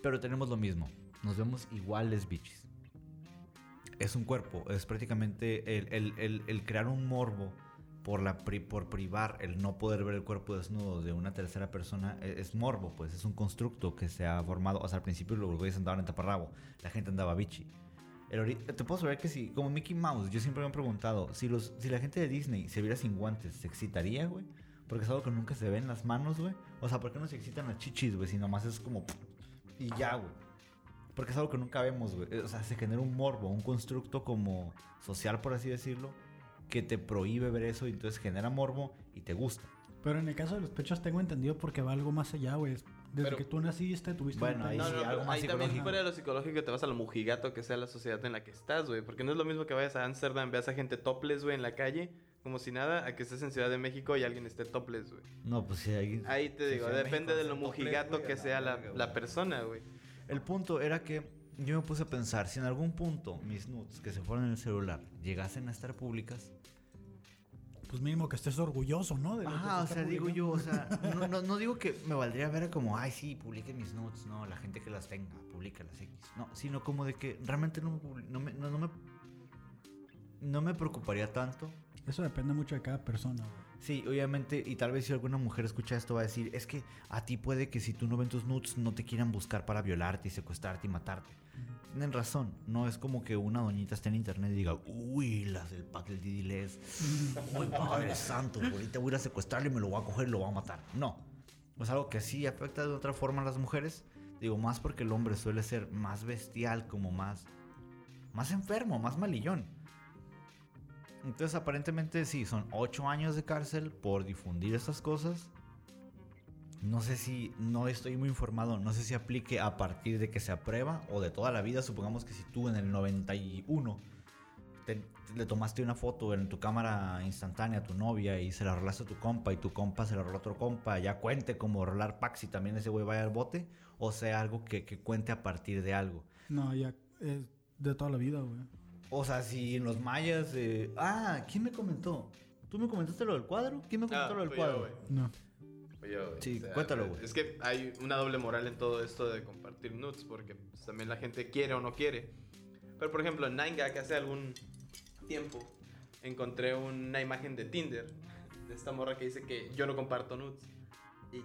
S3: Pero tenemos lo mismo. Nos vemos iguales, bichis. Es un cuerpo. Es prácticamente el, el- el- el crear un morbo por, la pri- por privar el no poder ver el cuerpo desnudo de una tercera persona. e- Es, morbo, pues. Es un constructo que se ha formado. O sea, al principio los güeyes andaban en taparrabo. La gente andaba bichi. El ori- Te puedo saber que si, como Mickey Mouse, yo siempre me he preguntado, si, los, si la gente de Disney se viera sin guantes, ¿se excitaría, güey? Porque es algo que nunca se ve en las manos, güey. O sea, ¿por qué no se excitan las chichis, güey? Si nomás es como... Y ya, güey. Porque es algo que nunca vemos, güey. Eh, O sea, se genera un morbo, un constructo como social, por así decirlo, que te prohíbe ver eso y entonces genera morbo y te gusta.
S1: Pero en el caso de los pechos tengo entendido porque va algo más allá, güey. Desde
S2: Pero-
S1: que tú naciste tuviste
S3: Bueno,
S1: un
S3: ahí
S1: pene.
S2: No,
S3: sí,
S2: no,
S3: algo
S2: pero
S3: más
S2: ahí también
S3: psicológico.
S2: fuera de lo psicológico te vas a lo mojigato que sea la sociedad en la que estás, güey. Porque no es lo mismo que vayas a Ámsterdam, veas a gente topless, güey, en la calle, como si nada, a que estés en Ciudad de México y alguien esté topless, güey.
S3: No, pues si alguien...
S2: Ahí te
S3: si
S2: digo,
S3: sea
S2: depende
S3: México,
S2: de
S3: sea
S2: lo
S3: topless,
S2: mojigato
S3: güey,
S2: que
S3: a la
S2: sea la,
S3: verga,
S2: la
S3: güey.
S2: persona, güey.
S3: El punto era que yo me puse a pensar, si en algún punto mis nudes que se fueron en el celular llegasen a estar públicas,
S1: Pues mínimo que estés orgulloso, ¿no? De lo que
S3: Ajá,
S1: se
S3: Ah, o
S1: está
S3: sea, digo
S1: publicando.
S3: yo, o sea, no, no, no digo que me valdría ver como, ay, sí, publique mis notes, no, la gente que las tenga, publica las X. No, sino como de que realmente no me, publi- no me, no, no me, no me preocuparía tanto.
S1: Eso depende mucho de cada persona, güey.
S3: Sí, obviamente, y tal vez si alguna mujer escucha esto va a decir, es que a ti puede que si tú no ven tus nudes no te quieran buscar para violarte y secuestrarte y matarte. Tienen razón, no es como que una doñita esté en internet y diga, uy, las del pack del Didi Les, uy, padre santo, ahorita voy a ir a secuestrarlo y me lo voy a coger y lo voy a matar. No, es algo que sí afecta de otra forma a las mujeres, digo, más porque el hombre suele ser más bestial, como más, más enfermo, más malillón. Entonces, aparentemente sí, son ocho años de cárcel por difundir estas cosas. No sé si, no estoy muy informado, no sé si aplique a partir de que se aprueba o de toda la vida. Supongamos que si tú en el 91 te- te- le tomaste una foto en tu cámara instantánea a tu novia y se la rolaste a tu compa y tu compa se la roló a otro compa, ya cuente como rolar pax y también ese güey vaya al bote o sea algo que, que cuente a partir de algo.
S1: No, ya Es de toda la vida, güey.
S3: O sea, si en los mayas. eh, Ah, ¿quién me comentó? ¿Tú me comentaste lo del cuadro? ¿ Quién me comentó lo del
S2: fui Ah, pues yo,
S3: cuadro?
S2: güey.
S1: No.
S2: Fui yo, güey.
S3: Sí, cuéntalo, güey.
S2: Es que hay una doble moral en todo esto de compartir nudes, porque pues, también la gente quiere o no quiere. Pero por ejemplo, en 9gag hace algún tiempo encontré una imagen de Tinder de esta morra que dice que yo no comparto nudes. Y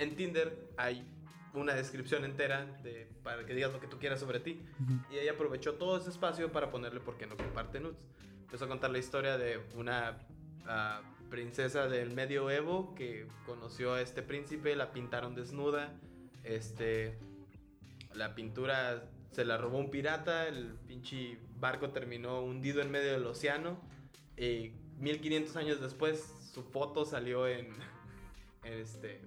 S2: en Tinder hay una descripción entera de, para que digas lo que tú quieras sobre ti.
S1: Ujú.
S2: Y ella aprovechó todo ese espacio para ponerle por qué no comparte nudes. Empezó a contar la historia de una ah, princesa del medioevo que conoció a este príncipe, la pintaron desnuda, este, la pintura se la robó un pirata, el pinche barco terminó hundido en medio del océano y 1500 eh, años después su foto salió en, en este,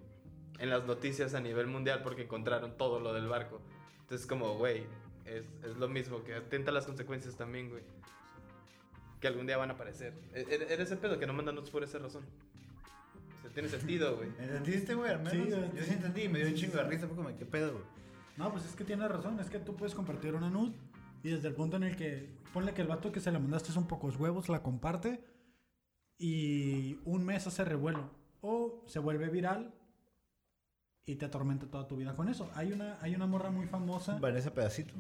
S2: en las noticias a nivel mundial porque encontraron todo lo del barco. Entonces como, güey, es, es lo mismo, que atenta a las consecuencias también, güey. Que algún día van a aparecer. E- e- Eres el pedo que no mandan notes por esa razón. O sea, tiene sentido, güey.
S3: ¿Entendiste, güey? Al
S1: menos. Yo sí entendí,
S3: me dio un chingo de risa. Fue como, ¿qué pedo, güey?
S1: No, pues es que tienes razón. Es que tú puedes compartir una nude y desde el punto en el que. Ponle que el vato que se la mandaste son pocos huevos, la comparte y un mes hace revuelo. O se vuelve viral y te atormenta toda tu vida con eso. Hay una, hay una morra muy famosa.
S3: Vanessa Pedacito.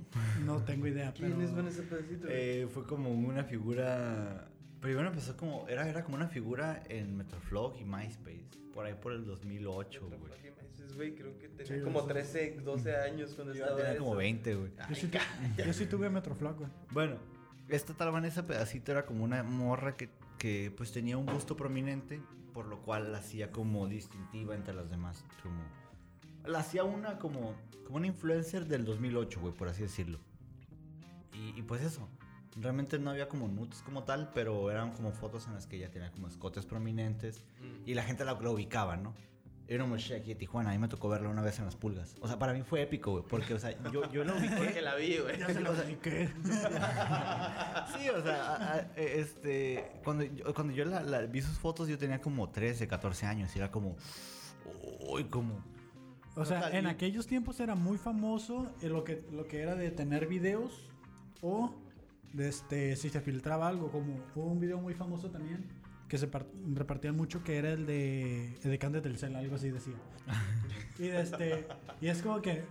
S1: No tengo idea, pero.
S2: ese pedacito?
S3: Eh, fue como una figura. Primero empezó como. Era, era como una figura en Metroflog y MySpace. Por ahí por el 2008, güey.
S2: güey, creo que tenía
S1: Sí,
S2: como
S1: sí.
S2: 13, 12 años cuando
S3: Yo
S2: estaba
S3: tenía
S2: eso. Ah,
S3: como 20, güey.
S1: Yo sí, tu- yo sí tuve Metroflog, güey.
S3: Bueno, esta tal Vanessa Pedacito era como una morra que, que, pues tenía un busto prominente, por lo cual la hacía como distintiva entre las demás. Como, la hacía una como, como una influencer del 2008, güey, por así decirlo. Y, y, pues eso, realmente no había como nudes como tal, pero eran como fotos en las que ella tenía como escotes prominentes
S2: Mm.
S3: y la gente la, la ubicaba, ¿no? Era una muchacha aquí de Tijuana, a mí me tocó verla una vez en las pulgas. O sea, para mí fue épico, güey, porque, o sea, yo, yo la ubiqué.
S2: Porque la vi, güey.
S1: Ya se lo dediqué.
S3: Sí, o sea, a- a- eh, este, cuando yo, cuando yo la, la- vi sus fotos yo tenía como 13, 14 años y era como, uy, como,
S1: O sea,
S3: Total,
S1: en
S3: y-
S1: aquellos tiempos era muy famoso eh, lo que, lo que era de tener videos o de este, si se filtraba algo, como hubo un video muy famoso también que se par- repartían mucho que era el de Edecán de Telcel, algo así decía. y, de este, y es como que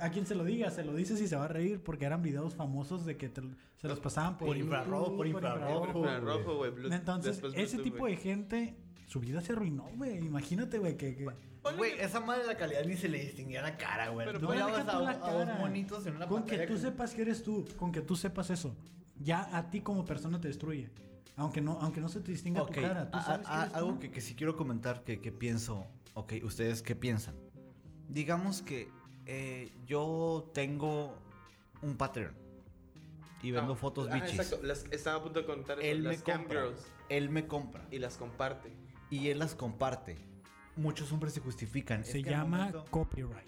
S1: a quien se lo diga, se lo dices y se va a reír porque eran videos famosos de que te- se los pasaban por,
S3: Por infrarrojo,
S1: YouTube,
S3: por infrarrojo.
S2: Pero era rojo, güey. Bluetooth,
S1: Entonces,
S2: después
S1: ese
S2: Bluetooth,
S1: tipo
S2: güey.
S1: de gente, su vida se arruinó, güey. Imagínate, güey, que... que-
S3: güey, esa madre la calidad ni se le distinguía la cara, güey.
S2: Pero
S3: Tú
S1: No, deja
S3: mirabas
S1: tú
S3: a,
S1: la
S3: a dos
S1: cara.
S3: monitos en una
S1: Con que
S3: pantalla
S1: tú sepas que eres tú, con que tú sepas eso, ya a ti como persona te destruye. Aunque no, aunque no se te distinga
S3: Ok,
S1: tu cara, tú
S3: a-
S1: sabes
S3: a-
S1: que eres
S3: algo
S1: tú.
S3: que, que sí quiero comentar que, que pienso, ok, ustedes qué piensan. Digamos que eh, yo tengo un Patreon y vendo
S2: No.
S3: fotos
S2: Ah,
S3: bichis.
S2: Exacto, las- estaba a punto de contar eso.
S3: Él me
S2: las cam
S3: compra,
S2: girls.
S3: él me compra.
S2: Y las comparte.
S3: y él las comparte. Muchos hombres se justifican. Es
S1: Se
S3: que al
S1: llama
S3: momento-
S1: copyright,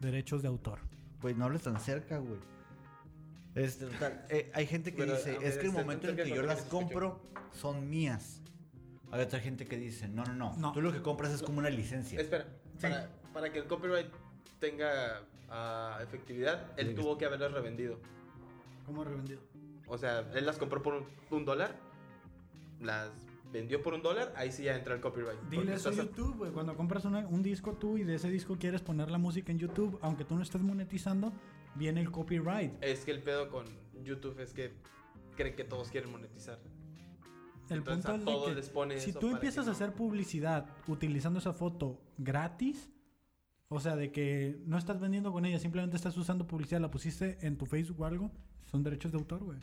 S1: derechos de autor.
S3: Güey, no hables tan cerca, güey. Este, total, eh, hay gente que
S2: Pero,
S3: dice,
S2: a ver,
S3: es que el
S2: este,
S3: momento en
S2: cerca
S3: que
S2: no,
S3: yo
S2: porque
S3: las
S2: se
S3: compro son mías. Hay otra gente que dice, no, no, no,
S1: No.
S3: Tú lo que compras es como una licencia.
S2: Espera, para, para que el copyright tenga ah, efectividad, él
S3: Tiene que-
S2: tuvo que haberlas revendido.
S1: ¿Cómo revendido?
S2: O sea, él las compró por un, un dólar, las vendió por un dólar, ahí sí ya entra el copyright.
S1: Dile
S2: porque
S1: eso a
S2: estás-
S1: YouTube, güey. Cuando compras una- un disco tú y de ese disco quieres poner la música en YouTube, aunque tú no estés monetizando, viene el copyright.
S2: Es que el pedo con YouTube es que creen que todos quieren monetizar.
S1: El
S2: Entonces,
S1: punto
S2: a
S1: es
S2: todos
S1: de
S2: les
S1: que
S2: pone
S1: si
S2: eso
S1: tú
S2: para
S1: empiezas
S2: que
S1: a
S2: no-
S1: hacer publicidad utilizando esa foto gratis, o sea, de que no estás vendiendo con ella, simplemente estás usando publicidad, la pusiste en tu Facebook o algo, son derechos de autor, güey.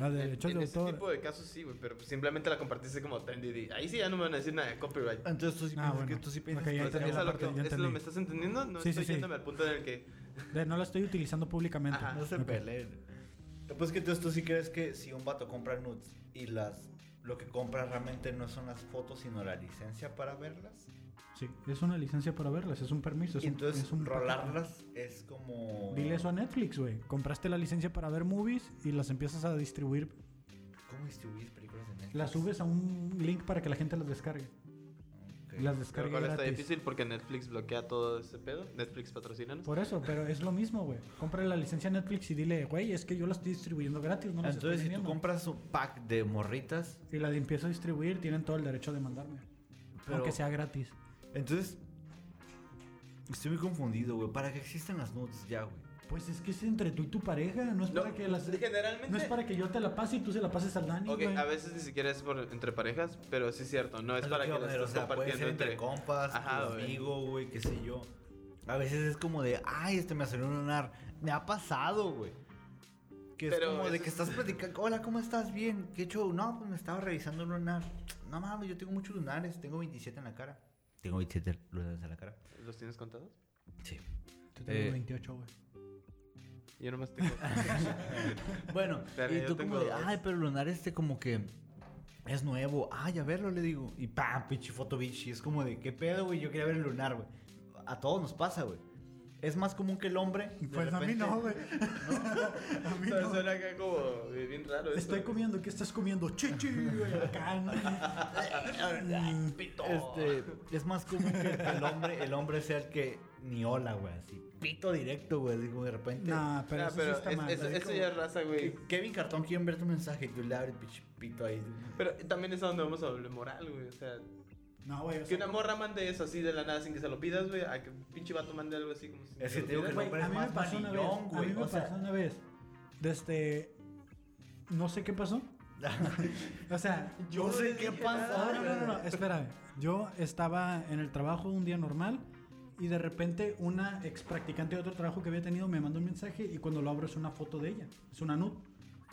S1: La de
S2: En-
S1: derechos
S2: en
S1: de
S2: ese
S1: autor.
S2: tipo de casos sí, güey, pero simplemente la compartiste como trendy. Ahí sí ya no me van a decir nada de copyright.
S3: Entonces tú sí
S1: Ah,
S3: piensas
S1: bueno.
S3: que tú sí piensas
S1: Ok,
S3: que
S1: ya
S2: O sea,
S1: entendí
S2: es
S1: la
S2: a lo
S1: parte,
S2: que-
S1: ya
S2: es lo
S1: entendí.
S2: me estás entendiendo, no
S1: Sí, sí,
S2: estoy
S1: sí.
S2: yéndome al punto en el que
S1: De no la estoy utilizando públicamente.
S2: Ajá.
S3: no se
S1: Ah, Ok.
S3: peleen. Después que entonces tú sí crees que si un vato compra nudes y las lo que compra realmente no son las fotos, sino la licencia para verlas.
S1: Sí, es una licencia para verlas, es un permiso. Es
S3: Y
S1: un-
S3: entonces
S1: es un
S3: rolarlas es como...
S1: Dile eso a Netflix, güey. Compraste la licencia para ver movies y las empiezas a distribuir.
S3: ¿Cómo distribuyes películas en Netflix?
S1: Las subes a un link para que la gente las descargue.
S3: Ok.
S1: Las
S2: Lo
S1: descargué
S2: cual está
S1: gratis.
S2: difícil porque Netflix bloquea todo ese pedo. Netflix patrocina,
S1: Por eso, pero es lo mismo, güey. Compra la licencia Netflix y dile, güey, es que yo la estoy distribuyendo gratis, no las estoy
S3: Entonces, si tú
S1: vendiendo".
S3: compras un pack de morritas,
S1: Y la empiezo a distribuir, tienen todo el derecho de mandarme.
S3: Pero-
S1: Aunque sea gratis.
S3: entonces. Estoy muy confundido, güey. ¿Para qué existen las nudes ya, güey?
S1: Pues es que es entre tú y tu pareja, no es
S2: No,
S1: para que las...
S2: generalmente-
S1: No es para que yo te la pase y tú se la pases al Dani,
S2: Ok,
S1: güey.
S2: a veces ni siquiera es por, entre parejas, pero sí es cierto. No es
S3: lo
S2: para que
S3: iba a
S2: las
S3: poner,
S2: estés
S3: o sea, puede
S2: compartiendo
S3: ser entre compas,
S2: Ajá,
S3: tu
S2: güey.
S3: amigo, güey, qué sé yo. A veces es como de, ay, este me salió un lunar. Me ha pasado, güey. Que
S2: Pero
S3: es como de
S2: eso
S3: que
S2: es-
S3: estás platicando, hola, ¿cómo estás? Bien, ¿qué hecho? No, pues me estaba revisando un lunar. No mames, yo tengo muchos lunares, tengo 27 en la cara. Tengo 27 lunares en la cara.
S2: ¿Los tienes contados?
S3: Sí.
S1: Tú tienes
S3: Eh.
S1: 28, güey.
S2: Yo nomás tengo.
S3: Bueno,
S2: Pero
S3: y
S2: yo
S3: tú como
S2: tengo
S3: de,
S2: dos.
S3: ay, pero lunar este como que es nuevo. Ay, a verlo, le digo. Y pam, pinche foto bitch. Y es como de, ¿qué pedo, güey? Yo quería ver el lunar, güey. A todos nos pasa, güey. Es más común que el hombre. de
S1: Pues a mí
S3: repente-
S1: no, güey. a mí
S2: Eso
S1: no.
S2: Suena acá como eh, bien raro. eso.
S1: Estoy comiendo, ¿qué estás comiendo? Chichi, güey. Acá, ¿no? Mm,
S3: Este, es más común que el hombre, el hombre sea el que ni hola, güey. Así, pito directo, güey. Digo, de repente.
S1: Nah, pero
S2: Nah,
S1: eso sí
S2: Ah, pero
S1: está
S2: es-
S1: mal.
S2: es-
S1: güey.
S2: eso ya es raza, güey.
S3: Kevin Cartón quiere ver tu mensaje y tú le abres el pinche pito ahí.
S2: Pero también es a donde vamos a doble moral, güey. O sea,
S1: No, güey. o
S2: que
S1: sea,
S2: una morra mande eso así de la nada sin que se lo pidas, güey. A que un pinche vato mande algo así como. sin
S3: Es que
S2: lo
S3: te digo que
S2: pidas.
S3: el hombre
S1: Güey, a
S3: es
S1: mí me
S3: más
S1: pasó una vez.
S3: manillón,
S1: A mí
S3: güey.
S1: me
S3: O sea,
S1: pasó una vez. Desde. No sé qué pasó. O sea,
S3: Yo
S1: no
S3: sé
S1: les
S3: qué
S1: dije
S3: pasó,
S1: nada. No, no, no, no,
S3: güey.
S1: espérame. Yo estaba en el trabajo un día normal y de repente una ex practicante de otro trabajo que había tenido me mandó un mensaje y cuando lo abro es una foto de ella, es una nude.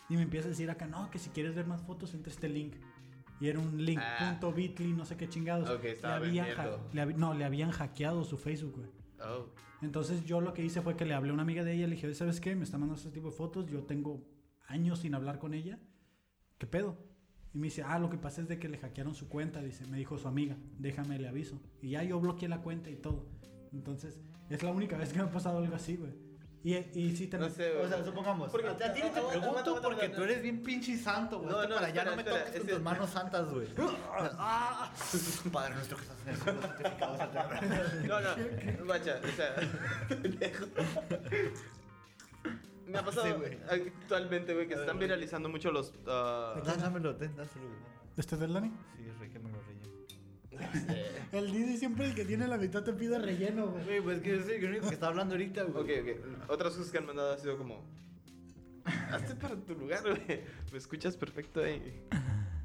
S1: Y me empieza a decir acá, no, que si quieres ver más fotos, entra a este link. Y era un link,
S2: Ah.
S1: punto bitly, no sé qué chingados.
S2: Ok, estaba
S1: le habían
S2: vendiendo.
S1: ha- le hab- no, le habían hackeado su Facebook, güey.
S2: Oh.
S1: Entonces yo lo que hice fue que le hablé a una amiga de ella, le dije, "Oye, ¿sabes qué? Me está mandando este tipo de fotos, yo tengo años sin hablar con ella, ¿qué pedo? Y me dice, ah, lo que pasa es de que le hackearon su cuenta, dice, me dijo su amiga, déjame, le aviso. Y ya yo bloqueé la cuenta y todo. Entonces, es la única vez que me ha pasado algo así, güey. Y, y sí, te
S2: No sé, güey.
S3: O sea, supongamos.
S2: Porque-
S3: a a ti no
S2: aguanta,
S3: te
S2: aguanta,
S3: pregunto
S2: aguanta,
S3: porque
S2: aguanta.
S3: tú eres bien pinche santo, güey.
S2: No,
S3: Vete
S2: no,
S3: para allá
S2: espera,
S3: no me
S2: espera,
S3: toques con
S2: ese-
S3: tus manos santas, güey. Ah, Padre nuestro que estás en el cielo, santificado sea tu nombre.
S2: No, no, guacha, o sea, pendejo. Me ha pasado
S3: Sí, güey.
S2: actualmente, güey, que se están viralizando mucho los. ah,
S3: Dámelo, ten, dáselo, güey.
S1: ¿Este es del Dani?
S3: Sí, rey, que me lo reñe. Este,
S1: El Didi siempre el que tiene la mitad te pide relleno, güey.
S3: Güey, pues que yo soy el único que está hablando ahorita, güey.
S2: Ok, ok. Otras cosas que han mandado ha sido como. Hazte para tu lugar, güey. Me escuchas perfecto ahí.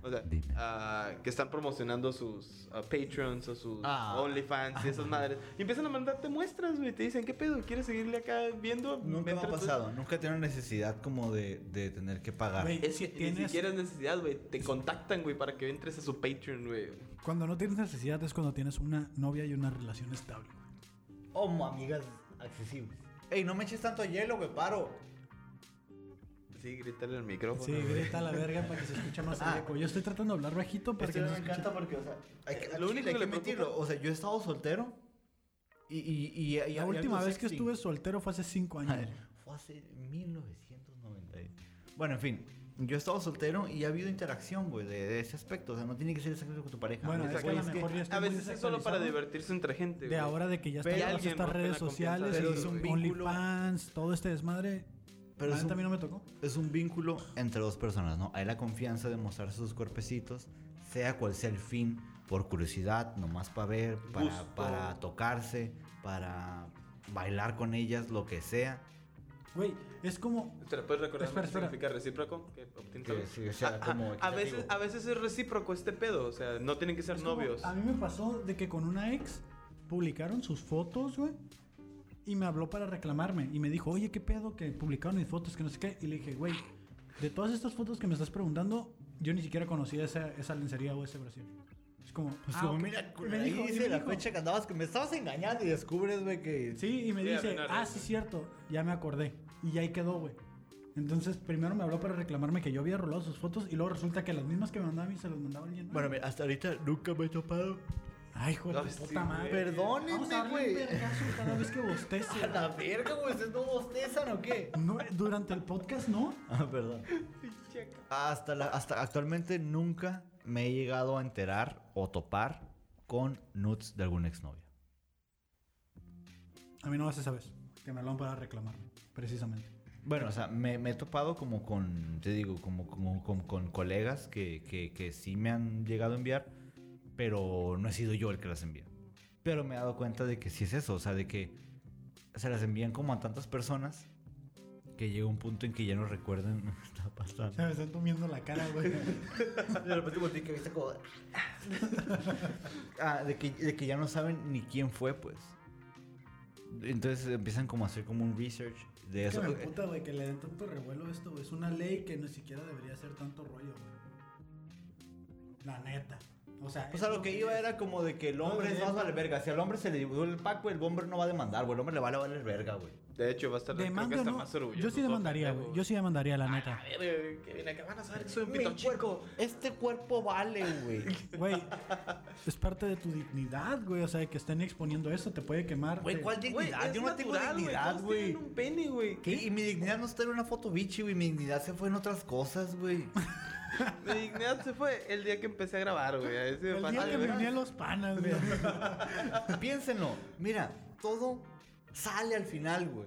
S2: O sea,
S3: Dime.
S2: ah, que están promocionando sus ah, Patreons o sus
S3: Ah.
S2: OnlyFans y esas madres. Y empiezan a mandarte muestras, güey. Te dicen, ¿qué pedo? ¿Quieres seguirle acá viendo?
S3: Nunca me ha
S2: Mientras tú-
S3: pasado, nunca he tenido necesidad como de, de tener que pagar.
S1: Güey.
S2: Es que
S1: Si
S2: ni
S1: tienes-
S2: siquiera es necesidad, güey. Te contactan, güey, para que entres a su Patreon, güey.
S1: Cuando no tienes necesidad es cuando tienes una novia y una relación estable, güey.
S3: O amigas accesibles. Ey, no me eches tanto hielo, güey, paro.
S2: Sí, gritarle al micrófono.
S1: Sí,
S2: güey.
S1: grita a la verga para que se escuche más el eco. Yo estoy tratando de hablar bajito para
S3: Esto
S1: que no
S3: Este me
S1: se escuche.
S3: encanta porque, o sea, hay que,
S2: Lo
S3: lo
S2: único
S3: único
S2: que le
S3: mentirlo.
S2: preocupa-
S3: O sea, yo he estado soltero y. y- y- y-
S1: La
S3: y-
S1: última
S3: algo
S1: vez que
S3: sexy.
S1: estuve soltero fue hace cinco años.
S3: Fue hace 1990. y- Bueno, en fin. Yo he estado soltero y ha habido interacción, güey, de, de ese aspecto. O sea, no tiene que ser exactamente con tu pareja.
S1: Bueno,
S3: Güey,
S1: es que a
S3: güey,
S1: lo mejor ya estoy
S2: A
S1: muy
S2: veces es solo para
S1: desactualizado
S2: divertirse entre gente,
S1: De
S2: güey.
S1: ahora de que ya
S2: Ve
S1: están
S2: a
S1: todas
S2: alguien,
S1: estas
S2: rompe la
S1: redes
S2: confianza
S1: sociales,
S3: de
S1: y
S3: eso, güey.
S1: OnlyFans, todo este desmadre.
S3: Pero
S1: a
S3: es
S1: mí
S3: un-
S1: también no me tocó.
S3: es un vínculo entre dos personas, ¿no? Hay la confianza de mostrar sus cuerpecitos, sea cual sea el fin, por curiosidad, nomás para ver,
S2: Gusto.
S3: para, para tocarse, para bailar con ellas, lo que sea.
S1: Güey, es como...
S2: ¿Te la puedes recordar
S1: Espera,
S2: qué
S1: espera.
S2: significa recíproco? Que obtienes
S3: Que
S2: algo.
S3: sí, o sea,
S2: Ajá,
S3: como
S2: a,
S3: equitativo.
S2: veces, a veces es recíproco este pedo, o sea, no tienen que ser
S1: es como-
S2: novios.
S1: A mí me pasó de que con una ex publicaron sus fotos, güey. Y me habló para reclamarme. Y me dijo, oye, ¿qué pedo que publicaron mis fotos? Que no sé qué. Y le dije, güey, de todas estas fotos que me estás preguntando, yo ni siquiera conocía esa, esa lencería o ese brasil. Es como...
S3: Pues
S1: "Ah, ok". Y me dijo, y me dijo,
S3: que andabas, que me estabas engañando y descubres, güey, que...
S1: Sí, y me
S2: Sí, ¿eh?
S1: dice,
S2: arruinar,
S1: ah,
S2: ¿no?
S1: sí, cierto, ya me acordé. Y ya ahí quedó, güey. Entonces, primero me habló para reclamarme que yo había rolado sus fotos y luego resulta que las mismas que me mandaba a mí se las mandaba alguien. más.
S3: Bueno, mira, hasta ahorita nunca me he topado.
S1: Ay, hijo de
S2: Ay,
S1: tu
S2: sí,
S1: puta madre.
S2: güey.
S3: Perdónenme,
S1: Vamos a darle
S3: güey.
S1: un vergazo cada vez que
S3: A
S1: bostece.
S3: la verga, güey, ¿ustedes no bostezan o qué?
S1: No, durante el podcast, ¿no?
S3: Ah, perdón. Hasta, la- hasta actualmente nunca me he llegado a enterar o topar con nudes de alguna exnovia?
S1: A mí no vas esa vez. Que me hablaron para reclamarme, precisamente.
S3: Bueno, o sea, me, me he topado como con, te digo, como, como, como con colegas que, que, que sí me han llegado a enviar, pero no he sido yo el que las envía. Pero me he dado cuenta de que sí es eso, o sea, de que se las envían como a tantas personas que llega un punto en que ya no recuerdan lo que está
S1: O sea,
S3: pasando.
S1: me están comiendo la cara, güey.
S3: De repente volteé que viste como... ah, de que, de que ya no saben ni quién fue, pues. Entonces empiezan como a hacer como un research de
S1: Es que
S3: eso.
S1: me puta, güey, que le den tanto revuelo a esto, güey. Es una ley que ni siquiera debería ser tanto rollo, güey. La neta. O sea,
S3: O sea, pues, lo que iba era como de que el hombre
S1: No,
S3: es
S1: de-
S3: más vale verga. Si al hombre se le dio el pack, güey, el hombre no va a demandar, güey. El hombre le vale valer verga, güey.
S2: De hecho, va a estar creo que
S1: Demanda o
S2: hasta
S1: no.
S2: más orgulloso.
S1: Yo sí demandaría, güey. Yo sí demandaría, la neta.
S2: A ver, que viene acá, van a saber que soy un
S3: Mi
S2: pito chico.
S3: cuerpo, este cuerpo vale, güey.
S1: Güey, es parte de tu dignidad, güey. O sea, que estén exponiendo eso te puede quemar.
S3: Güey,
S1: te-
S3: ¿cuál dignidad?
S2: es
S3: Yo no tengo
S2: natural,
S3: dignidad,
S2: todos
S3: güey.
S2: tienen un pene, güey.
S3: Y, y mi dignidad no está en una foto bichi, güey. Mi dignidad se fue en otras cosas, güey.
S2: Mi dignidad se fue el día que empecé a grabar, güey. Ahí sí me
S1: El
S2: pasa,
S1: día que
S2: güey.
S1: me uní a los panas, güey.
S3: Piénsenlo. Mira, todo sale al final, güey.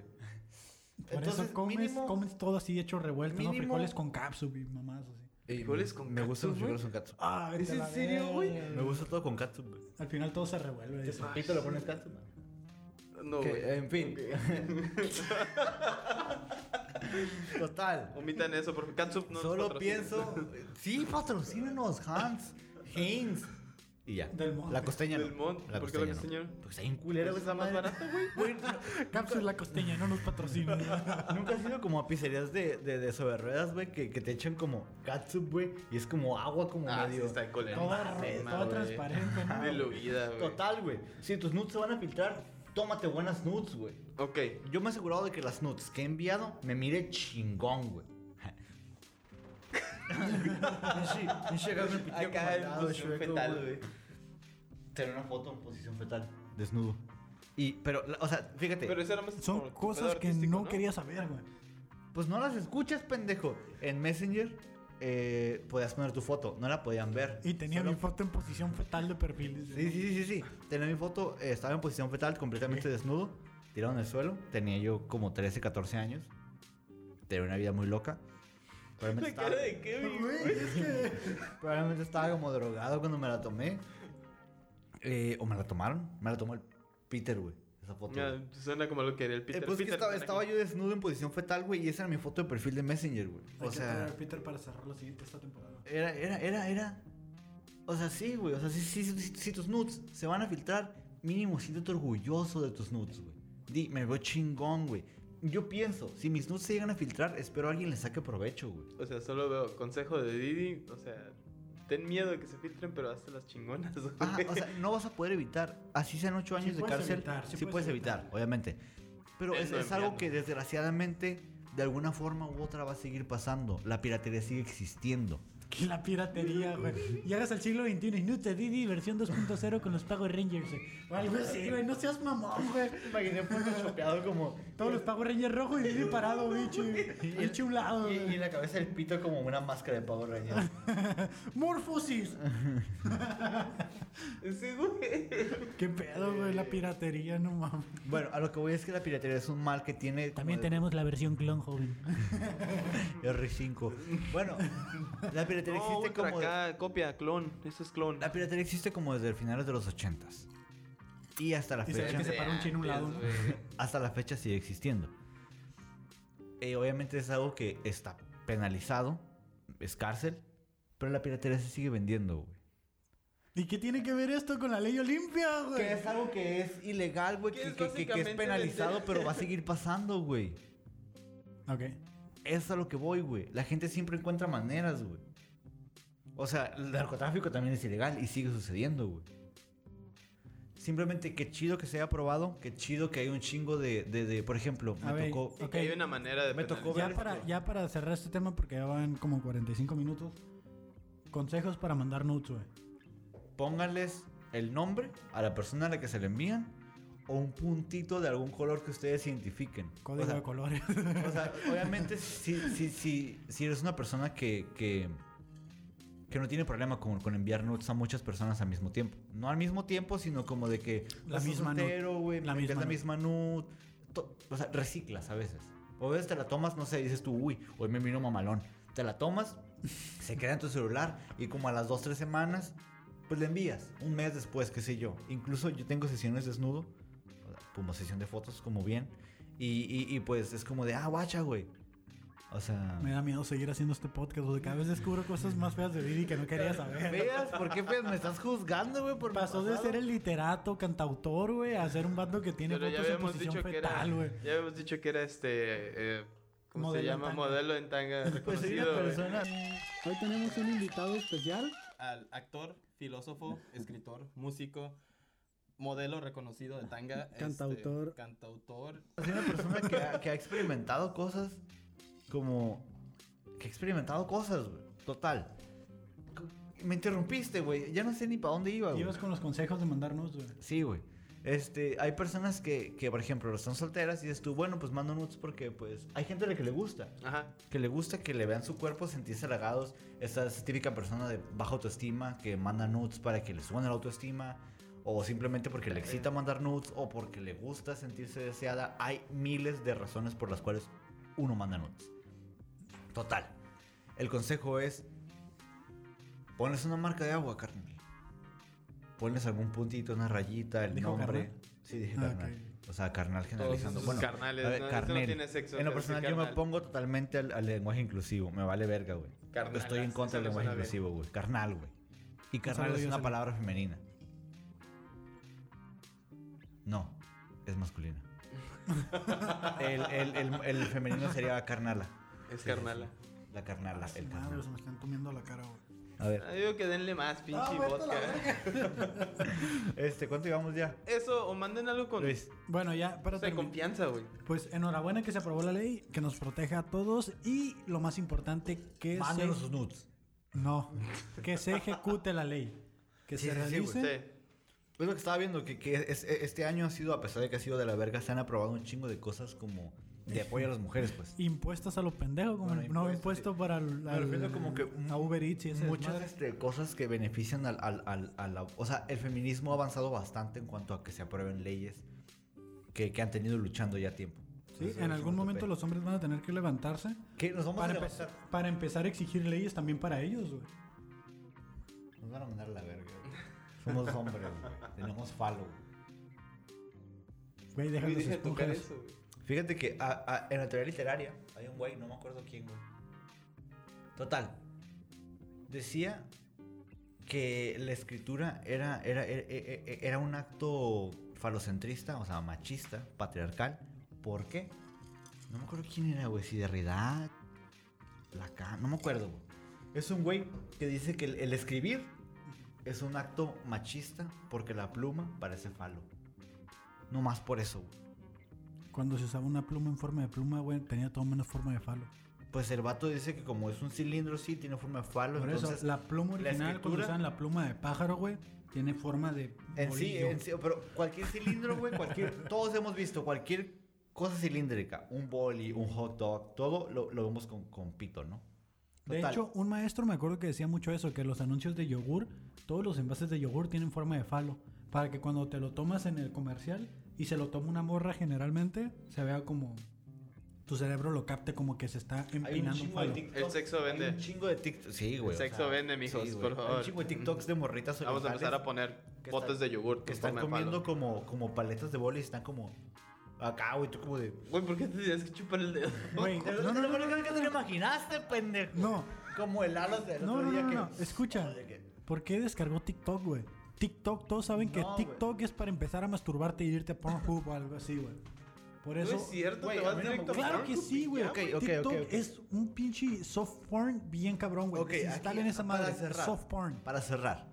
S1: Por
S3: Entonces,
S1: eso comes,
S3: mínimo-
S1: comes todo así hecho revuelto, ¿no?
S3: mínimo-
S1: Frijoles con capsup y mamás así.
S2: Frijoles con
S3: Me gustan los
S2: catsup, güey.
S3: frijoles con katsu.
S1: Ah, vete
S2: ¿Es
S1: a
S2: en
S1: la
S2: serio, güey?
S1: verga.
S3: Me gusta todo con katsu, güey.
S1: Al final todo se revuelve. dice.
S3: Pito le pones katsu, güey.
S2: No,
S3: Que,
S2: güey.
S3: en fin. Total.
S2: Omitan eso, porque Katsup no nos
S3: Solo
S2: patrocina.
S3: pienso. Sí, patrocínanos, Hans, Haynes. Y ya.
S1: Del Monte.
S3: La costeña. no.
S2: Del Monte.
S3: La
S2: ¿Por qué la
S3: costeña
S2: costeña
S3: no.
S2: no?
S3: Porque está bien culera, güey.
S2: Pues está más
S3: esa madre.
S2: barata, güey.
S3: Güey, no,
S1: Cápsula costeña, no nos patrocina.
S3: Nunca has ido como a pizzerías de, de, de sobre ruedas, güey, que, que te echan como katsup, güey, y es como agua, como
S2: Ah, sí,
S3: medio.
S2: está en colera.
S1: Toda, toda transparente, ¿no?
S2: Diluida, güey.
S3: Total, güey. Si tus nudes se van a filtrar, tómate buenas nudes, güey.
S2: Ok.
S3: Yo me he asegurado de que las nudes que he enviado me mire chingón, güey.
S2: Acá en posición fetal, güey.
S3: Tener una foto en posición fetal. Desnudo. Y, pero, la- o sea, fíjate,
S2: Pero eso era más
S1: Son
S2: por tu
S1: cosas
S2: pedo
S1: que
S2: artístico,
S1: no quería saber, güey.
S3: pues no las escuchas, pendejo. En Messenger eh, podías poner tu foto, no la podían ver.
S1: Y tenía
S3: Solo-
S1: mi foto en posición fetal de perfil.
S3: Sí, sí, sí, sí. Tenía mi foto, eh, estaba en posición fetal, completamente desnudo, tirado en el suelo. Tenía yo como 13, 14 años. Tenía una vida muy loca. Probablemente
S2: La
S3: estaba,
S2: cara de Kevin, güey.
S3: probablemente estaba como drogado cuando me la tomé. Eh, o me la tomaron. Me la tomó el Peter, güey. Esa foto.
S2: Mira,
S3: güey.
S2: Suena como lo que era el
S3: Eh,
S2: Peter.
S3: pues que
S2: Peter,
S3: estaba,
S2: ven
S3: estaba
S2: aquí.
S3: yo desnudo en posición fetal, güey, y esa era mi foto de perfil de Messenger, güey.
S1: Hay
S3: O
S1: que
S3: sea,
S1: traer a Peter para cerrar la siguiente esta temporada.
S3: Era, era, era, era. O sea, sí, güey. O sea, si, si, si- si tus nudes se van a filtrar, mínimo siéntete orgulloso de tus nudes, güey. Di, me veo chingón, güey. Yo pienso, si mis nudes se llegan a filtrar, espero alguien le saque provecho, güey.
S2: O sea, solo veo consejo de Didi. O sea, ten miedo de que se filtren, pero hazte las chingonas, güey.
S3: Ajá, Ah, o sea, no vas a poder evitar. Así sean ocho años de
S1: puedes
S3: cárcel.
S1: evitar, sí
S3: sí
S1: puedes
S3: puedes evitar,
S1: evitar.
S3: obviamente. Pero es,
S2: Eso
S3: es algo
S2: enviando.
S3: que desgraciadamente, de alguna forma u otra, va a seguir pasando. La piratería sigue existiendo.
S1: Que la piratería, güey. Llegas al siglo XXI y no te Didi versión 2.0 con los Power Rangers, güey. O algo así, güey. No seas mamón, güey.
S3: Imaginé chopeado como.
S1: Todos los Power Rangers rojos y Didi parado, bicho. Bicho a un lado,
S3: Y, y
S1: güey.
S3: en la cabeza el pito como una máscara de pavo Rangers.
S1: Morfosis.
S2: Sí, güey.
S1: Qué pedo, güey. La piratería, no mames.
S3: Bueno, a lo que voy es que la piratería es un mal que tiene. como
S1: También
S3: de-
S1: tenemos la versión clon, joven.
S3: R5. Bueno, la piratería
S2: No,
S3: existe
S2: ultra
S3: como. de-
S2: acá, copia, clon. Eso es clon.
S3: la piratería existe como desde finales de los 80s. Y hasta la
S1: Y se ve
S3: fecha.
S1: que se paró un chino a un lado, ¿no?
S3: Hasta la fecha sigue existiendo. Eh, obviamente es algo que está penalizado, es cárcel, pero la piratería se sigue vendiendo, güey.
S1: ¿Y qué tiene que ver esto con la ley Olimpia, güey?
S3: Que es algo que es ilegal, güey,
S2: Que
S3: que,
S2: es
S3: que- que- que es
S2: básicamente
S3: penalizado,
S2: vender-
S3: pero va a seguir pasando, güey.
S1: Ok.
S3: Es a lo que voy, güey. La gente siempre encuentra maneras, güey. O sea, el narcotráfico también es ilegal y sigue sucediendo, güey. Simplemente qué chido que se haya aprobado, qué chido que hay un chingo de, de, de- por ejemplo,
S1: A
S3: me
S1: ver,
S3: tocó...
S2: Y
S1: Ok.
S2: que hay una manera de
S3: Me tocó
S2: penalizar.
S1: Ya para, ya para cerrar este tema, porque ya van como 45 minutos. Consejos para mandar nudes, güey.
S3: Pónganles el nombre a la persona a la que se le envían o un puntito de algún color que ustedes identifiquen.
S1: Código
S3: O sea,
S1: de colores.
S3: O sea, obviamente, si, si, si, si eres una persona que, que, que no tiene problema con, con enviar nudes a muchas personas al mismo tiempo. No al mismo tiempo, sino como de que
S1: La
S3: estás
S1: misma
S3: soltero,
S1: nude.
S3: güey,
S1: La
S3: me envías
S1: misma
S3: la
S1: nude.
S3: misma nude. To- O sea, reciclas a veces. O a veces te la tomas, no sé, y dices tú, uy, hoy me vino mamalón. Te la tomas, se queda en tu celular y como a las dos, tres semanas, pues le envías. Un mes después, qué sé yo. Incluso yo tengo sesiones desnudo, o sea, como sesión de fotos, como bien. Y, y- y, pues es como de, ah, guacha, güey. O sea...
S1: Me da miedo seguir haciendo este podcast, güey. Cada vez descubro cosas más feas de vida y que no quería saber.
S3: Veas, ¿por qué pues, me estás juzgando, güey? Por mi
S1: Pasó de
S3: pasado?
S1: ser el literato, cantautor, güey, a ser un bando que tiene
S2: Pero ya
S1: fotos en
S2: habíamos
S1: posición
S2: dicho que era.
S1: fetal, güey.
S2: Ya habíamos dicho que era este. eh, ¿Cómo se
S1: Modelo en
S2: llama?
S1: tanga.
S2: Modelo en tanga
S3: Pues soy
S2: reconocido.
S3: una
S2: güey.
S3: persona...
S6: Hoy tenemos un invitado especial.
S7: al actor, filósofo, escritor, músico, modelo reconocido de tanga, este,
S6: Cantautor.
S7: cantautor,
S3: Soy una persona que ha, que ha experimentado cosas como... Que ha experimentado cosas, güey. Total. Me interrumpiste, güey. Ya no sé ni para dónde iba, güey.
S1: Ibas con los consejos de mandarnos, güey.
S3: Sí, güey. Este, hay personas que, que, por ejemplo, están solteras y dices tú, bueno, pues mando nudes porque, pues, hay gente a la que le gusta.
S2: Ajá.
S3: Que le gusta que le vean su cuerpo, sentirse halagados. Esta es típica persona de baja autoestima que manda nudes para que le suban la autoestima. O simplemente porque le excita mandar nudes o porque le gusta sentirse deseada. Hay miles de razones por las cuales uno manda nudes. Total. El consejo es... Pones una marca de agua, carnal. Pones algún puntito, una rayita, el
S1: ¿Dijo
S3: nombre.
S1: carnal?
S3: Sí, dije
S1: Ah,
S3: carnal.
S1: ok.
S3: O sea, carnal
S2: Todos
S3: generalizando.
S2: esos
S3: Bueno,
S2: carnales.
S3: a ver,
S2: ¿no? Eso
S3: carnel.
S2: no tiene sexo.
S3: En lo
S2: pero sí
S3: personal, yo me
S2: carnal.
S3: opongo totalmente al, al lenguaje inclusivo. Me vale verga, güey.
S2: Carnalas,
S3: Estoy en contra
S2: eso
S3: del
S2: me
S3: lenguaje
S2: suena bien.
S3: inclusivo, güey. Carnal, güey. Y carnal
S1: saludo y
S3: es
S1: un
S3: una
S1: saludo.
S3: palabra femenina. No, es masculina. el, el- el- el femenino sería carnala.
S2: Es carnala.
S3: La carnala, el
S1: Madre, se
S3: carnal.
S1: me están comiendo la cara, güey.
S3: A ver,
S2: Ah, digo que denle más, pinche vodka.
S3: este, ¿cuánto llevamos ya? Pues,
S2: Eso, o manden algo con.
S3: Luis.
S1: Bueno, ya, para
S2: o sea,
S1: terminar.
S2: confianza, güey.
S1: Pues enhorabuena que se aprobó la ley, que nos proteja a todos y lo más importante que
S3: Mándenos
S1: se...
S3: sus nudes.
S1: No, que se ejecute la ley. Que
S3: Sí,
S1: se
S3: sí, sí, güey.
S1: realice.
S2: Sí.
S3: Es lo que estaba viendo, que, que es- e- este año ha sido, a pesar de que ha sido de la verga, se han aprobado un chingo de cosas como de apoyo a las mujeres, pues.
S1: Impuestos a los pendejos, como
S3: Bueno,
S1: el no
S3: impuestos,
S1: impuesto
S3: sí.
S1: para el,
S3: Me refiero
S1: al-
S3: como que
S1: a Uber Eats y ese
S3: Muchas
S1: desmadre.
S3: este, cosas que benefician al, al- al- a la... O sea, el feminismo ha avanzado bastante en cuanto a que se aprueben leyes que, que han tenido luchando ya tiempo.
S1: Sí,
S3: Eso es
S1: en algún
S3: un
S1: momento
S3: tope.
S1: los hombres van a tener que levantarse
S3: ¿Qué? Nos vamos
S1: para,
S3: a
S1: empe-
S3: levantar.
S1: para empezar a exigir leyes también para ellos, güey.
S3: Nos van a mandar a la verga, güey. Somos hombres, güey. Tenemos falo, güey.
S1: Güey,
S2: Yo
S1: déjalos
S2: dije tocar
S1: escoger.
S2: eso, güey.
S3: Fíjate que a- a- en la teoría literaria hay un güey, no me acuerdo quién, güey. Total. Decía que la escritura era, era, e- e- e- era un acto falocentrista, o sea, machista, patriarcal. ¿Por qué? No me acuerdo quién era, güey, si de Derrida, Lacan, no me acuerdo, güey. Es un güey que dice que el, el escribir es un acto machista porque la pluma parece falo. No más por eso, güey.
S1: Cuando se usaba una pluma en forma de pluma, güey, tenía todo menos forma de falo.
S3: Pues el vato dice que como es un cilindro, sí, tiene forma de falo.
S1: Por
S3: entonces,
S1: eso, la pluma
S3: la
S1: original, cuando
S3: escritura-
S1: usaban la pluma de pájaro, güey, tiene forma de.
S3: en sí,
S1: bolillo.
S3: en sí, pero cualquier cilindro, güey, cualquier, todos hemos visto cualquier cosa cilíndrica, un boli, un hot dog, todo lo, lo vemos con, con pito, ¿no?
S1: De
S3: Total.
S1: hecho, un maestro me acuerdo que decía mucho eso, que los anuncios de yogur, todos los envases de yogur tienen forma de falo, para que cuando te lo tomas en el comercial y se lo toma una morra generalmente, se vea como tu cerebro lo capte como que se está
S3: Hay un
S1: empinando un
S3: chingo de
S1: falo.
S3: TikToks.
S2: El sexo
S3: hay
S2: vende.
S3: un chingo de TikToks. Sí, güey.
S2: El sexo vende, mijos,
S3: güey.
S2: por
S3: Hay un
S2: favor.
S3: chingo de TikToks de morritas
S2: Vamos a empezar
S3: orientales
S2: a poner
S3: que
S2: botes
S3: están-
S2: de yogur.
S3: que
S2: con
S3: están
S2: forma de palo.
S3: comiendo como, como paletas de boli y están como acá, güey, tú como de...
S2: Güey, ¿por qué te tienes que chupar el dedo?
S1: Güey,
S3: No, no, no, no, que te lo imaginaste, pendejo.
S1: No.
S3: Como el halo del
S1: No,
S3: otro
S1: no,
S3: día
S1: no,
S3: que...
S1: no, escucha,
S3: de que-
S1: ¿por qué descargó TikTok, güey? TikTok, todos saben que
S3: No, güey.
S1: TikTok es para empezar a masturbarte y irte a Pornhub o algo así, güey. Por
S2: No
S3: Pues
S1: eso...
S2: es cierto,
S3: güey,
S2: te
S3: a
S2: vas
S3: mí no me
S2: directo a
S3: gusta.
S1: Claro que sí, güey.
S2: Ya,
S3: Ok, ok,
S1: TikTok
S3: ok, ok.
S1: es un pinche soft porn bien cabrón, güey.
S3: Ok,
S1: Se
S3: aquí,
S1: instalen esa
S3: para
S1: madre.
S3: cerrar.
S1: Soft porn.
S3: Para cerrar.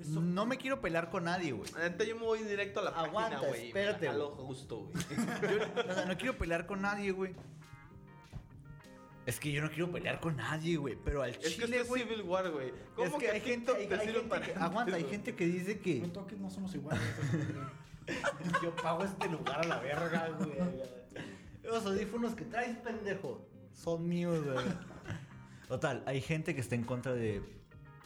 S1: Es soft-
S3: No me quiero pelear con nadie, güey.
S2: La neta, yo me voy directo a la
S3: Aguanta,
S2: página, güey.
S3: espérate,
S2: A lo
S3: güey.
S2: justo, güey.
S3: Yo- o sea, no quiero pelear con nadie, güey. Es que yo no quiero pelear con nadie, güey. Pero al
S2: Es que esto
S3: chile,
S2: es
S3: güey.
S2: Civil War, güey. ¿Cómo
S3: es que hay gente,
S2: TikTok
S3: hay-
S2: te
S3: hay
S2: sirve
S3: gente
S2: para
S3: que-
S2: esto,
S3: aguanta, hay
S2: güey?
S3: gente que dice que
S1: No toques, no somos iguales.
S3: yo pago este lugar a la verga, güey. Los audífonos que traes, pendejo, son míos, güey. Total, hay gente que está en contra de,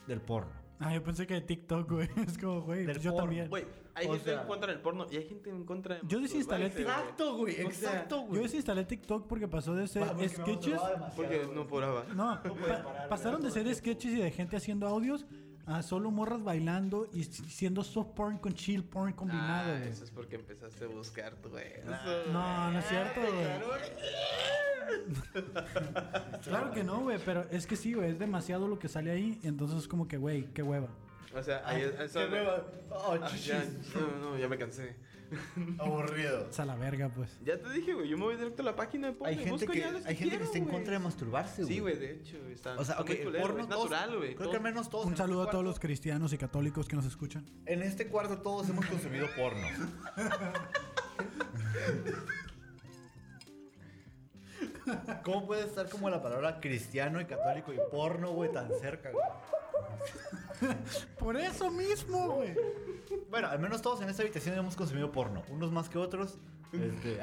S3: del porno.
S1: Ah, yo pensé que de TikTok, güey. Es como, güey,
S3: Del
S1: pues yo
S3: porno,
S1: también.
S2: Güey, hay
S3: O
S2: gente
S3: sea-
S2: en contra del porno y hay gente en contra de.
S1: Yo desinstalé
S2: masturbarse, güey.
S3: güey,
S1: O sea, Yo desinstalé TikTok porque pasó de ser sketches.
S2: Porque no poraba.
S1: No, pa- pasaron de ser sketches y de gente haciendo audios a solo morras bailando y s- siendo soft porn con chill porn combinado,
S2: Ah,
S1: güey.
S2: eso es porque empezaste a buscar, Ah, güey.
S1: No, no es cierto, güey. Claro que no, güey, pero es que sí, güey, es demasiado lo que sale ahí, entonces es como que, güey, qué hueva.
S2: O sea, ahí es. eso- Ah, ya, no, no, ya me cansé.
S3: Aburrido.
S1: Es a la verga, pues.
S2: Ya te dije, güey, yo me voy directo a la página de porno
S3: Hay
S2: y
S3: gente,
S2: busco
S3: que,
S2: ya los
S3: hay gente que
S2: quiero,
S3: está en
S2: güey.
S3: contra de masturbarse, güey.
S2: Sí, güey, de hecho, güey, está.
S3: O sea,
S2: está
S3: ok,
S2: muy
S3: el
S2: culero,
S3: porno
S2: güey, es
S3: todos-
S2: natural, güey.
S3: Creo que al
S2: todos-
S3: menos todos.
S1: Un
S3: en este
S1: saludo a todos
S3: cuarto-
S1: los cristianos y católicos que nos escuchan.
S3: En este cuarto todos hemos consumido porno. ¿Cómo puede estar como la palabra cristiano y católico y porno, güey, tan cerca, güey?
S1: Por eso mismo, güey.
S3: Bueno, al menos todos en esta habitación hemos consumido porno. Unos más que otros. Este,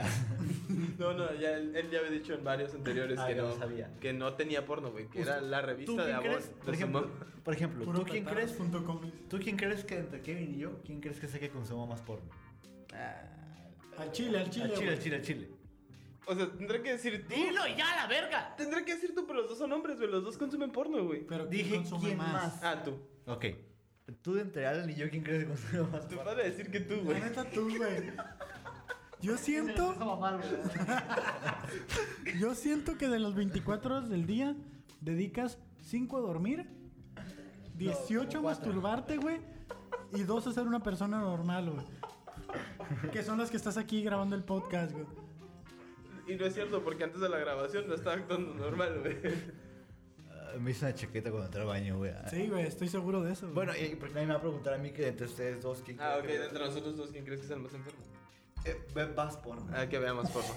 S2: No, no, ya él, él ya había dicho en varios anteriores
S3: Ah,
S2: que
S3: ya
S2: no
S3: lo sabía.
S2: que no tenía porno, güey, que era la
S3: Pues, ¿Tú
S2: revista de
S3: quién
S2: amor
S3: crees? Por ejemplo, por ejemplo ¿tú quién crees?
S1: Purotatarros.com.
S3: ¿Tú quién crees que entre Kevin y yo, quién crees que sea que consuma más porno?
S1: Al chile, al chile.
S3: Al chile,
S1: güey.
S3: al chile, al chile.
S2: O sea, tendré que decir tú. Dilo ya, la verga. Tendré que decir tú, pero los dos son hombres, güey, los dos consumen porno, güey.
S1: Pero
S3: Dije,
S1: ¿quién consume
S3: ¿quién
S1: más?
S3: más?
S2: Ah, tú.
S3: Ok. Tú de entre Alan y yo, ¿quién crees que consuma más
S2: Tú
S3: porno?
S2: vas a decir que tú, güey.
S1: La neta tú, güey. Yo siento. Yo siento que de las 24 horas del día dedicas 5 a dormir, 18 a masturbarte, güey, y 2 a ser una persona normal, güey. Que son las que estás aquí grabando el podcast, güey.
S2: Y no es cierto, porque antes de la grabación no estaba actuando normal, güey.
S3: Ah, me hice una chaqueta cuando entré al baño, güey.
S1: Sí, güey, estoy seguro de eso. güey.
S3: Bueno, y porque nadie me va a preguntar a mí que entre ustedes dos, ¿quién
S2: Ah, ok,
S3: cree
S2: de
S3: que-
S2: entre nosotros dos, ¿quién crees que es el más enfermo?
S3: Eh, ve- vas porno.
S2: Ah, que veamos porno.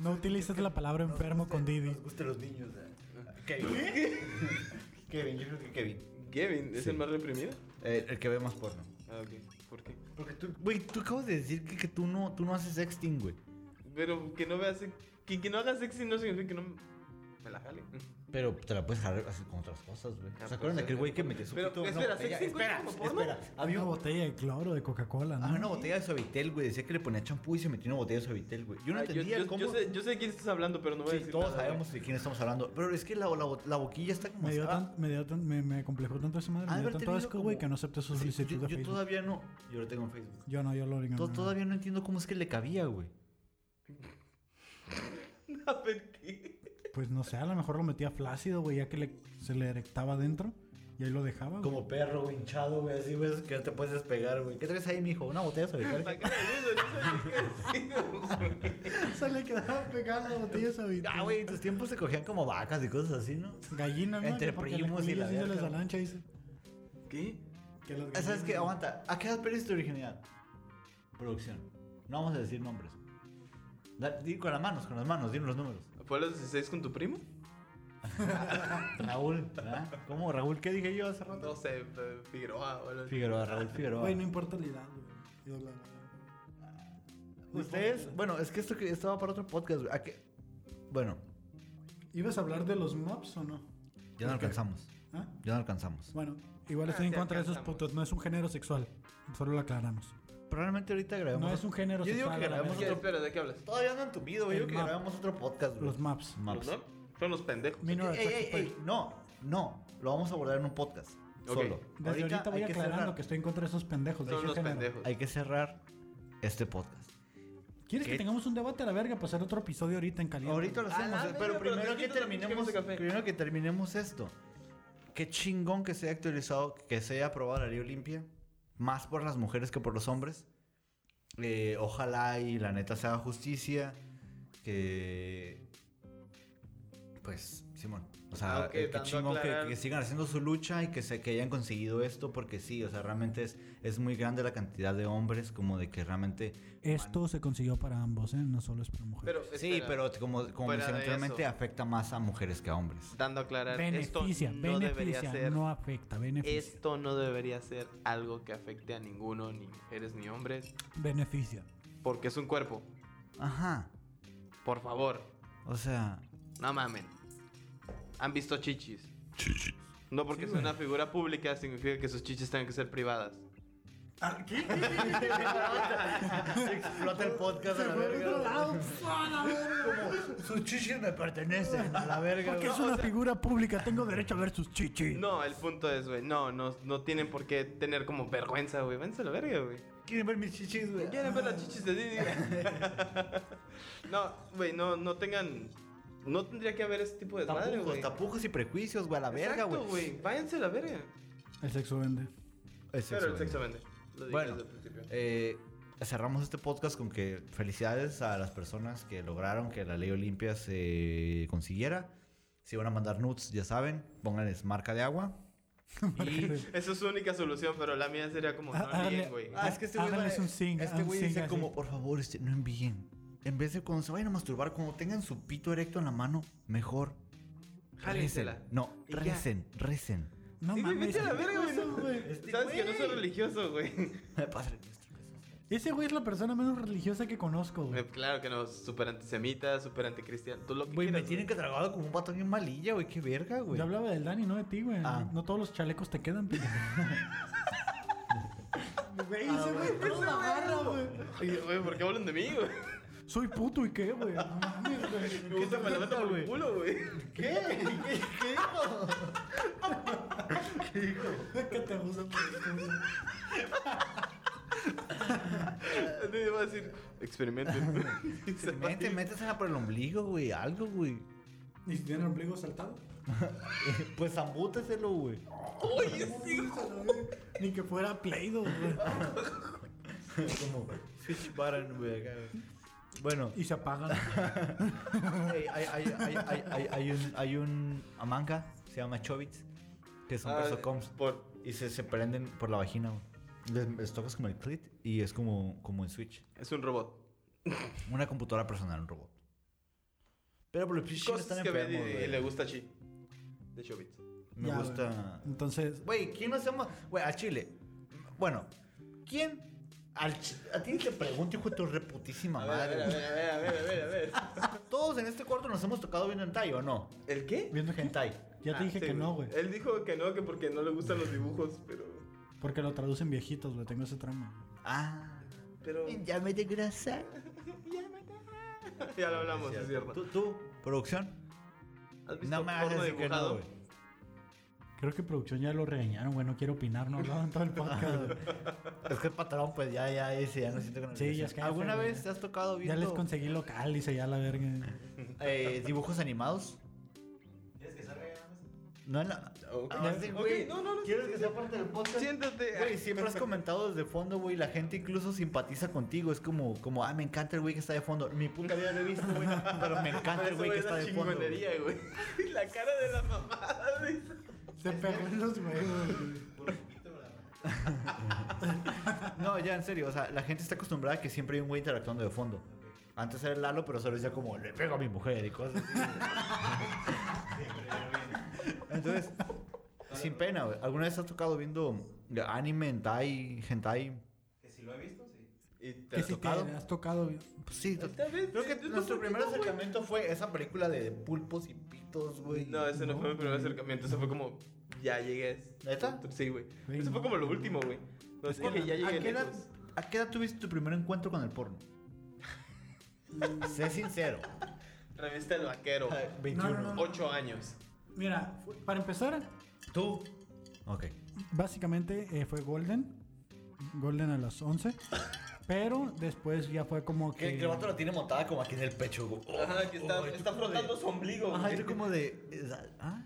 S1: no utilices la palabra enfermo con Didi.
S3: Nos gustan los niños, eh. Kevin. Kevin, yo creo que Kevin.
S2: Gavin, ¿es el más reprimido?
S3: Eh, el que ve más porno.
S2: Ah, ok. ¿Por qué?
S3: Porque tú, güey, tú acabas de decir que, que tú, no, tú no haces sexting, güey.
S2: Pero que no veas. Que, que no hagas sexy no significa que no me- me la jale.
S3: Pero te la puedes jalar así con otras cosas, güey.
S2: Ah,
S3: ¿Se acuerdan
S2: pues,
S3: de aquel
S2: eh,
S3: güey que metió su
S2: pero,
S3: pito en una
S2: espera,
S3: botella?
S2: ¿sexting
S3: Espera,
S2: cuenta como porno?
S3: espera. Había
S1: Una
S3: un- Ah,
S1: botella de cloro de Coca-Cola, ¿no?
S3: había una botella de suavitel, güey. Decía que le ponía champú y se metió una botella de suavitel, güey. Yo no
S2: Ah,
S3: entendía
S2: yo,
S3: cómo...
S2: yo sé, yo sé de quién estás hablando, pero no voy a
S3: sí,
S2: decir
S3: todos
S2: nada, güey.
S3: sabemos de quién estamos hablando. Pero es que la, la, bo- la boquilla está como...
S1: Me, dio
S3: estaba-
S1: tan- me, dio tan- me, me complejó tanto esa madre,
S3: ha de
S1: me dio
S3: haber
S1: tanto
S3: tenido
S1: asco, güey,
S3: como-
S1: que no acepté sus
S3: Sí,
S1: solicitudes
S3: yo,
S1: de
S3: yo
S1: Facebook.
S3: todavía no... Yo lo tengo en Facebook.
S1: Yo no, yo lo origami.
S3: To- todavía no entiendo cómo es que le cabía, güey.
S2: Ah, mentí.
S1: Pues no sé, a lo mejor lo metía flácido, güey, ya que le- se le erectaba adentro y ahí lo dejaba. güey.
S3: Como perro, güey, hinchado, güey. Así, güey, que no te puedes despegar, güey. ¿Qué traes ahí, mijo? ¿Una botella de suavitel?
S2: La cara de Luis, yo sabía que era así,
S1: Se le quedaba pegada la botella suavita.
S3: Ah, güey, en tus tiempos se cogían como vacas y cosas así, ¿no?
S1: Gallina, ¿no?
S3: Entre
S1: Que porque
S3: primos y la
S1: culilla sí se
S3: verga.
S1: les alancha, dice.
S2: güey. ¿Qué?
S1: Que las
S3: Ah, ¿Sabes
S1: gallinas-
S3: qué? Aguanta. ¿A qué edad perdiste tu virginidad? Producción. No vamos a decir nombres. Da- di con las manos, con las manos, dime los números.
S2: ¿Fue a los 16 con tu primo?
S3: Raúl, ¿verdad? ¿Cómo? Raúl, ¿qué dije yo hace rato?
S2: No sé, eh, Figueroa o algo así.
S3: Figueroa, Raúl Figueroa.
S1: Güey, no importa la edad, güey. Yo la-
S3: Ustedes, bueno, es que esto, que- esto va para otro podcast, güey. ¿A qué? Bueno,
S1: ¿Ibas a hablar de los mobs o no?
S3: ya no alcanzamos.
S1: ¿Ah?
S3: Ya no alcanzamos.
S1: Bueno, igual estoy
S2: Ah,
S1: en
S2: sí
S1: contra de esos
S2: alcanzamos.
S1: putos. No es un género sexual. Solo lo aclaramos.
S3: Probablemente ahorita grabemos.
S1: No es un género
S3: Yo digo
S1: sexual,
S3: que
S1: a la
S3: grabemos
S2: ¿Qué?
S1: verga.
S3: otro.
S2: Espera, ¿de qué hablas?
S3: Todavía ando entumido, güey. Yo
S1: El
S3: digo que
S1: map.
S3: grabamos otro podcast, güey.
S1: Los maps.
S3: Maps.
S2: ¿No? Son los pendejos.
S1: Minor
S3: Ey, ey,
S1: Attack
S3: ey,
S1: Spy.
S3: no, no. Lo vamos a abordar en un podcast.
S2: Ok.
S3: Solo.
S1: Desde ahorita voy
S3: hay que
S1: aclarando
S3: cerrar-
S1: que estoy en contra de esos pendejos. de
S2: Son
S1: ese
S2: los
S1: género.
S2: pendejos.
S3: Hay que cerrar este podcast.
S1: ¿Quieres que
S3: ¿Qué?
S1: tengamos un debate a la verga para hacer otro episodio ahorita en caliente?
S3: Ahorita lo
S2: A la
S3: hacemos, eh,
S2: verga,
S3: pero
S2: pero
S3: primero
S2: tranquilo,
S3: que terminemos,
S2: tranquilo, café.
S3: primero que terminemos esto. Qué chingón que se haya actualizado, que se haya aprobado la ley Olimpia, más por las mujeres que por los hombres. Eh, ojalá y la neta se haga justicia, que pues Simón, o sea,
S2: Ah, ok,
S3: eh, qué
S2: tanto
S3: chingón que,
S2: aclarar.
S3: que sigan haciendo su lucha y que se que hayan conseguido esto porque sí, o sea, realmente es es muy grande la cantidad de hombres como de que realmente
S1: Esto se consiguió para ambos, ¿eh? No solo es para mujeres.
S2: Pero,
S3: Sí,
S2: espera,
S3: pero como, como
S2: fuera de
S3: mencioné anteriormente,
S2: eso.
S3: afecta más a mujeres que a hombres.
S2: Dando a aclarar,
S1: beneficia,
S2: esto no
S1: beneficia,
S2: debería ser.
S1: no afecta, beneficia.
S2: Esto no debería ser algo que afecte a ninguno, ni mujeres ni hombres,
S1: Beneficia.
S2: porque es un cuerpo.
S3: Ajá.
S2: Por favor,
S3: O sea,
S2: no mamen. han visto chichis. No porque
S1: Sí,
S2: sea
S1: güey.
S2: una figura pública significa que sus chichis tengan que ser privadas.
S3: Explota el podcast a la verga. Como, sus chichis me pertenecen a la verga.
S1: Porque es una figura pública, tengo derecho a ver sus chichis.
S2: No, el punto es, güey, no, no, no tienen por qué tener como vergüenza, güey. Váyanse a la verga, güey.
S3: ¿Quieren ver mis chichis, güey?
S2: ¿Quieren ver las chichis de Didi? no, güey, no, no tengan... No tendría que haber ese tipo de desmadre,
S3: Tapujos,
S2: güey.
S3: tapujos y prejuicios, güey, a la verga,
S2: Exacto,
S3: güey.
S2: güey. Váyanse a la verga.
S1: El sexo vende.
S3: Es
S2: Pero
S3: eso, güey.
S2: exactamente. Lo dije
S3: Bueno,
S2: desde el principio.
S3: eh, cerramos este podcast con que felicidades a las personas que lograron que la ley Olimpia se consiguiera. Si van a mandar nudes, ya saben, pónganles marca de agua. Y
S2: Esa es su única solución, pero la mía sería como no
S1: Ah,
S2: bien,
S1: ah,
S2: güey.
S3: Ah, es que este güey
S1: Háganles
S3: va-
S1: un sing,
S3: Este
S1: un
S3: güey
S1: sing
S3: dice
S1: así.
S3: como, por favor, este, no envíen. En vez de cuando se vayan a masturbar, cuando tengan su pito erecto en la mano, mejor. Recen.
S2: Jálensela.
S3: No,
S2: Y ya.
S3: recen, recen.
S1: No
S2: Sí, güey,
S1: mames.
S2: vete a la verga, Este güey. no.
S3: este
S2: Sabes que no soy religioso, güey.
S3: Pásale, maestro.
S1: Ese güey es la persona menos religiosa que conozco, güey.
S2: Claro que no, súper antisemita, súper anticristiano. Tú lo que
S3: Güey, me
S2: quieras,
S3: tienen
S2: güey.
S3: que tragado como un pato bien malilla, güey. Qué verga, güey.
S1: Yo hablaba del Dani, no de ti, güey.
S3: Ah.
S1: No todos los chalecos te quedan, pendejo. Güey,
S3: Ah,
S1: ese güey
S3: güey.
S1: todo la barra, güey.
S2: Oye, güey, ¿por qué hablan de mí, güey?
S1: Soy puto y qué, güey. No mames, güey.
S2: Me gusta que me la metan por el culo, güey.
S3: ¿Qué? ¿Qué, qué dijo?
S1: ¿Qué te gusta?
S2: Te iba a decir, experimenten. Y se va.
S3: Mete, métesela por el ombligo, güey. Algo, güey.
S1: ¿Y si tiene el ombligo saltado?
S3: Pues zambúteselo, güey.
S1: Ni que fuera Play-Doh, güey.
S3: Como switch button, güey. acá, güey. Bueno,
S1: Y se apagan.
S3: hay, hay, hay, hay, hay, hay, hay un, hay un manga, se llama Chobits, que son
S2: Ah,
S3: persocoms.
S2: por-
S3: Y se, se prenden por la vagina, güey. Les, les tocas como el clit y es como, como en Switch.
S2: Es un robot.
S3: Una computadora personal, un robot. Pero pues, por lo que
S2: Cosas que ve
S3: enfermos,
S2: y- y
S3: güey.
S2: le gusta a Chi. De Chobits.
S3: Me
S1: Ya,
S3: gusta.
S1: güey. Entonces,
S3: Güey, ¿quién no se ama? Güey, a Chile. Bueno, ¿quién? Al chi- a ti te pregunto, hijo de tu reputísima
S2: A ver, a
S3: madre.
S2: ver, a
S3: güey.
S2: ver, a ver, a ver, a ver, a ver.
S3: Todos en este cuarto nos hemos tocado viendo hentai, ¿o no?
S2: ¿El qué?
S1: viendo gente.
S3: Hentai.
S1: Ya te
S2: Ah,
S1: dije
S2: sí,
S1: que no, güey.
S2: Él dijo que no, que porque no le gustan los dibujos, pero.
S1: Porque lo traducen viejitos, güey. Tengo ese tramo.
S3: Ah.
S2: Pero.
S3: Ya me desgrasa.
S2: Ya lo hablamos, es
S3: ¿Tú,
S2: cierto.
S3: Pues, tú, producción?
S2: ¿Has visto
S3: No me hagas
S2: porno
S3: decir que no,
S2: dibujado?
S3: güey.
S1: Creo que producción ya lo regañaron, güey. No quiero opinar, no hablaban todo el podcast, güey.
S3: Es que el patrón, pues ya, ya, dice, ya no siento que no
S1: Sí, ya es que ya
S3: ¿Alguna
S1: fue, güey.
S3: vez te has tocado
S1: Ya les
S3: viendo
S1: conseguí local, dice ya la verga.
S3: eh, dibujos animados? No, no.
S2: Ok.
S3: Ah, sí,
S2: Ok,
S3: güey.
S2: no, no, no,
S3: ¿Quieres
S2: sí,
S3: que
S2: sí,
S3: sea parte del podcast?
S2: Siéntate.
S3: Güey, siempre has comentado desde fondo, güey. La gente incluso simpatiza contigo. Es como, como, ah, me encanta el güey que está de fondo. Mi puta vida lo he visto, güey. Pero me encanta el
S2: Eso
S3: güey que
S2: es
S3: está
S2: la
S3: de fondo. güey.
S2: chingonería, güey. La cara de la mamada, güey.
S1: Se pegó en los huevos, güey.
S3: No, ya, en serio. O sea, la gente está acostumbrada a que siempre hay un güey interactuando de fondo. Antes era el Lalo, pero solo decía como, le pego a mi mujer y cosas así. güey. Entonces, sin pena, güey. ¿Alguna vez has tocado viendo anime, hentai, hentai?
S2: Y te
S1: Que
S2: has
S1: si te
S2: tocado.
S1: has tocado. güey.
S3: Pues sí, to-
S2: Tal vez, eh,
S3: Creo que
S2: es lo
S3: nuestro primer
S2: típico, güey.
S3: acercamiento fue esa película de pulpos y pitos, güey.
S2: No, ese no,
S1: No,
S2: fue mi primer
S1: güey.
S2: acercamiento. Eso fue como. Ya llegué.
S3: ¿Neta?
S2: Sí, güey.
S1: Güey,
S2: Eso fue
S1: no.
S2: como lo último, güey. No
S3: Es
S2: sé,
S3: que,
S2: que ya
S3: ¿a,
S2: llegué
S3: qué edad,
S2: lejos.
S3: a qué edad tuviste tu primer encuentro con el porno? sé sincero.
S2: Revista El Vaquero.
S3: Ah,
S1: No, no, no.
S2: 8 años.
S1: Mira, fu- para empezar,
S3: ¿Tú? Ok.
S1: básicamente eh, fue Golden. Golden a las 11. Pero después ya fue como
S3: Que
S1: que.
S3: el vato la tiene montada como aquí en el pecho. güey. Oh,
S2: Ajá, que está,
S3: oh, y tú
S2: está
S3: como de-
S2: frotando su ombligo,
S3: Ajá, y
S2: güey.
S3: tú como de... ¿Ah?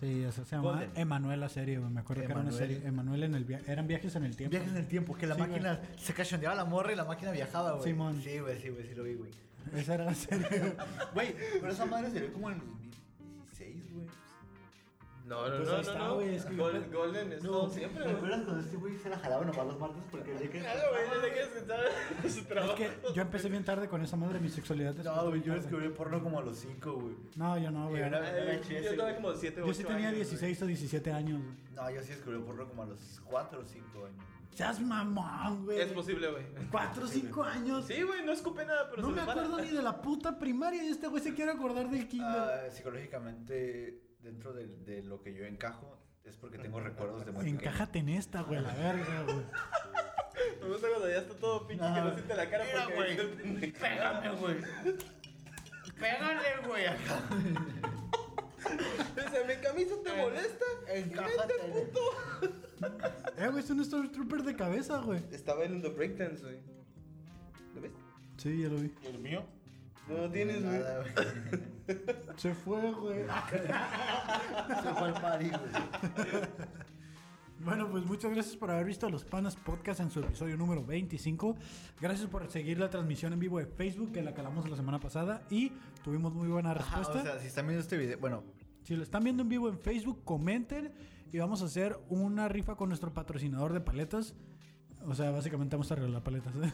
S1: Sí, eso se llama
S3: Golden.
S1: Emanuel la serie, güey. Me acuerdo que era una
S3: Emanuel.
S1: serie. Emanuel en el via- eran viajes en el tiempo.
S3: Viajes en el tiempo, que la
S1: Sí, güey.
S3: máquina se cachondeaba la morra y la máquina viajaba, güey.
S1: Simón.
S3: Sí, güey, sí, güey, sí lo vi, güey.
S1: Esa era la serie.
S3: Güey, pero esa madre se ve como en el 2016, güey.
S2: No, no,
S1: Pues
S2: no,
S1: ahí está,
S2: no, no.
S1: güey, es que-
S2: Gol- Golden es todo siempre,
S3: ¿Te
S2: güey.
S3: acuerdas cuando este güey se la jalaba nomás los martes porque el día que...
S2: Claro, güey, no le quieres quitar su
S1: es
S2: trabajo.
S1: que yo empecé bien tarde con esa madre, mi sexualidad.
S3: No,
S1: despertó
S3: güey,
S1: bien
S3: yo
S1: tarde.
S3: descubrí el porno como a los 5, güey.
S1: No, yo no, güey.
S3: Y una-
S2: Ay,
S3: VHS,
S2: Yo estaba
S3: güey.
S2: como 7 o
S1: Yo sí tenía 16 o 17 años, güey.
S3: No, yo sí descubrí el porno como a los 4 o 5 años.
S1: Seas mamón, güey.
S2: Es posible, güey.
S1: 4 o 5 años.
S2: Sí, güey, no escupe nada, pero
S1: No
S2: se
S1: me
S2: lo para.
S1: acuerdo ni de la puta primaria y este güey se quiere acordar del kinder.
S3: Ah, psicológicamente
S8: dentro de, de lo que yo encajo es porque tengo recuerdos de muy pequeño.
S1: Encájate en esta, güey, la verga, güey.
S2: Me gusta cuando ya está todo pinche que no siente la cara
S3: Mira,
S2: porque
S3: güey.
S2: ahí
S8: este
S2: está el pendejo.
S3: Pégame, güey. Pégale, güey, acá.
S2: Dice, mi camisa te molesta.
S3: Encájate.
S1: Eh, güey, es un Stormtrooper de cabeza, güey.
S2: Está bailando breakdance, güey. ¿Lo ves?
S1: Sí, ya lo vi.
S3: ¿El mío?
S2: No lo tienes, güey.
S8: Nada, güey.
S1: Se fue, güey.
S8: Se fue al party, güey.
S1: Bueno, pues muchas gracias por haber visto Los Panas Podcast en su episodio número 25. Gracias por seguir la transmisión en vivo de Facebook, que la calamos la semana pasada y tuvimos muy buena
S8: Ajá,
S1: respuesta.
S8: Ah, o sea, si están viendo este video, bueno,
S1: Si lo están viendo en vivo en Facebook, comenten y vamos a hacer una rifa con nuestro patrocinador de paletas. O sea, básicamente vamos a regalar paletas. ¿eh?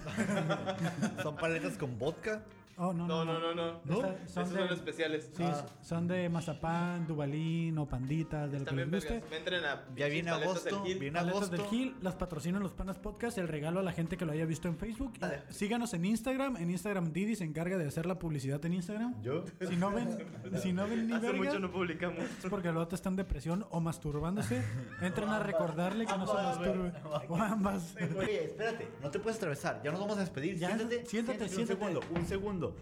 S8: son paletas con vodka.
S1: oh, no,
S2: No, no, no, no.
S1: ¿No?
S2: Esta-
S1: Son
S2: Esos
S1: de-
S2: son especiales. Ah,
S1: Sí, son de mazapán, dubalín o panditas, de lo que les
S2: También
S1: guste.
S2: vergas. Me entren a.
S8: Ya
S2: pinches
S8: viene
S2: paletas del
S8: agosto,
S2: Gil.
S8: viene
S1: Paletas del
S8: agosto.
S1: Gil, las patrocinan los Panas Podcast, el regalo a la gente que lo haya visto en Facebook. Y Síganos en Instagram, en Instagram Didi se encarga de hacer la publicidad en Instagram.
S8: Yo.
S1: Si no ven, si no ven ni
S2: Hace
S1: verga,
S2: mucho no publicamos.
S1: es porque el vato está en depresión o masturbándose. Entren a recordarle que no se
S8: Ambas, güey.
S1: masturbe. O ambas.
S8: Oye, espérate, no te puedes atravesar, ya nos vamos a despedir.
S1: Ya,
S8: siéntate,
S1: siéntate,
S8: Un
S1: siéntate.
S8: segundo, un segundo.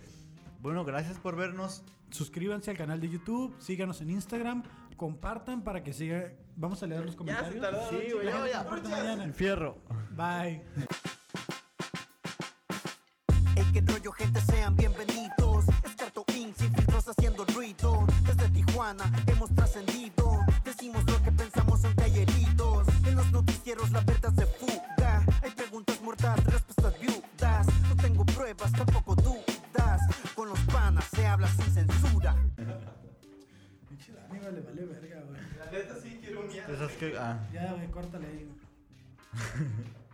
S8: Bueno, gracias por vernos.
S1: Suscríbanse al canal de YouTube, síganos en Instagram, compartan para que siga. Vamos a leer los
S2: Ya se
S1: comentarios.
S2: tardó.
S8: Sí, güey, ya, ya.
S1: Hasta mañana.
S8: Fierro.
S1: Bye.
S4: Ey, qué rollo, gente, sean bienvenidos. Es Carto Inc. sin filtros haciendo ruido. Desde Tijuana hemos trascendido. Decimos lo que pensamos en calleritos. En los noticieros la verdad se fuga. Hay preguntas muertas, respuestas viudas. No tengo pruebas, tampoco dudas. Con los panas se habla sin censura.
S1: Pinche Dani, vale, vale verga, güey.
S2: La neta sí quiero un miedo.
S8: Esas que. Ah.
S1: Ya, güey, córtale ahí. güey.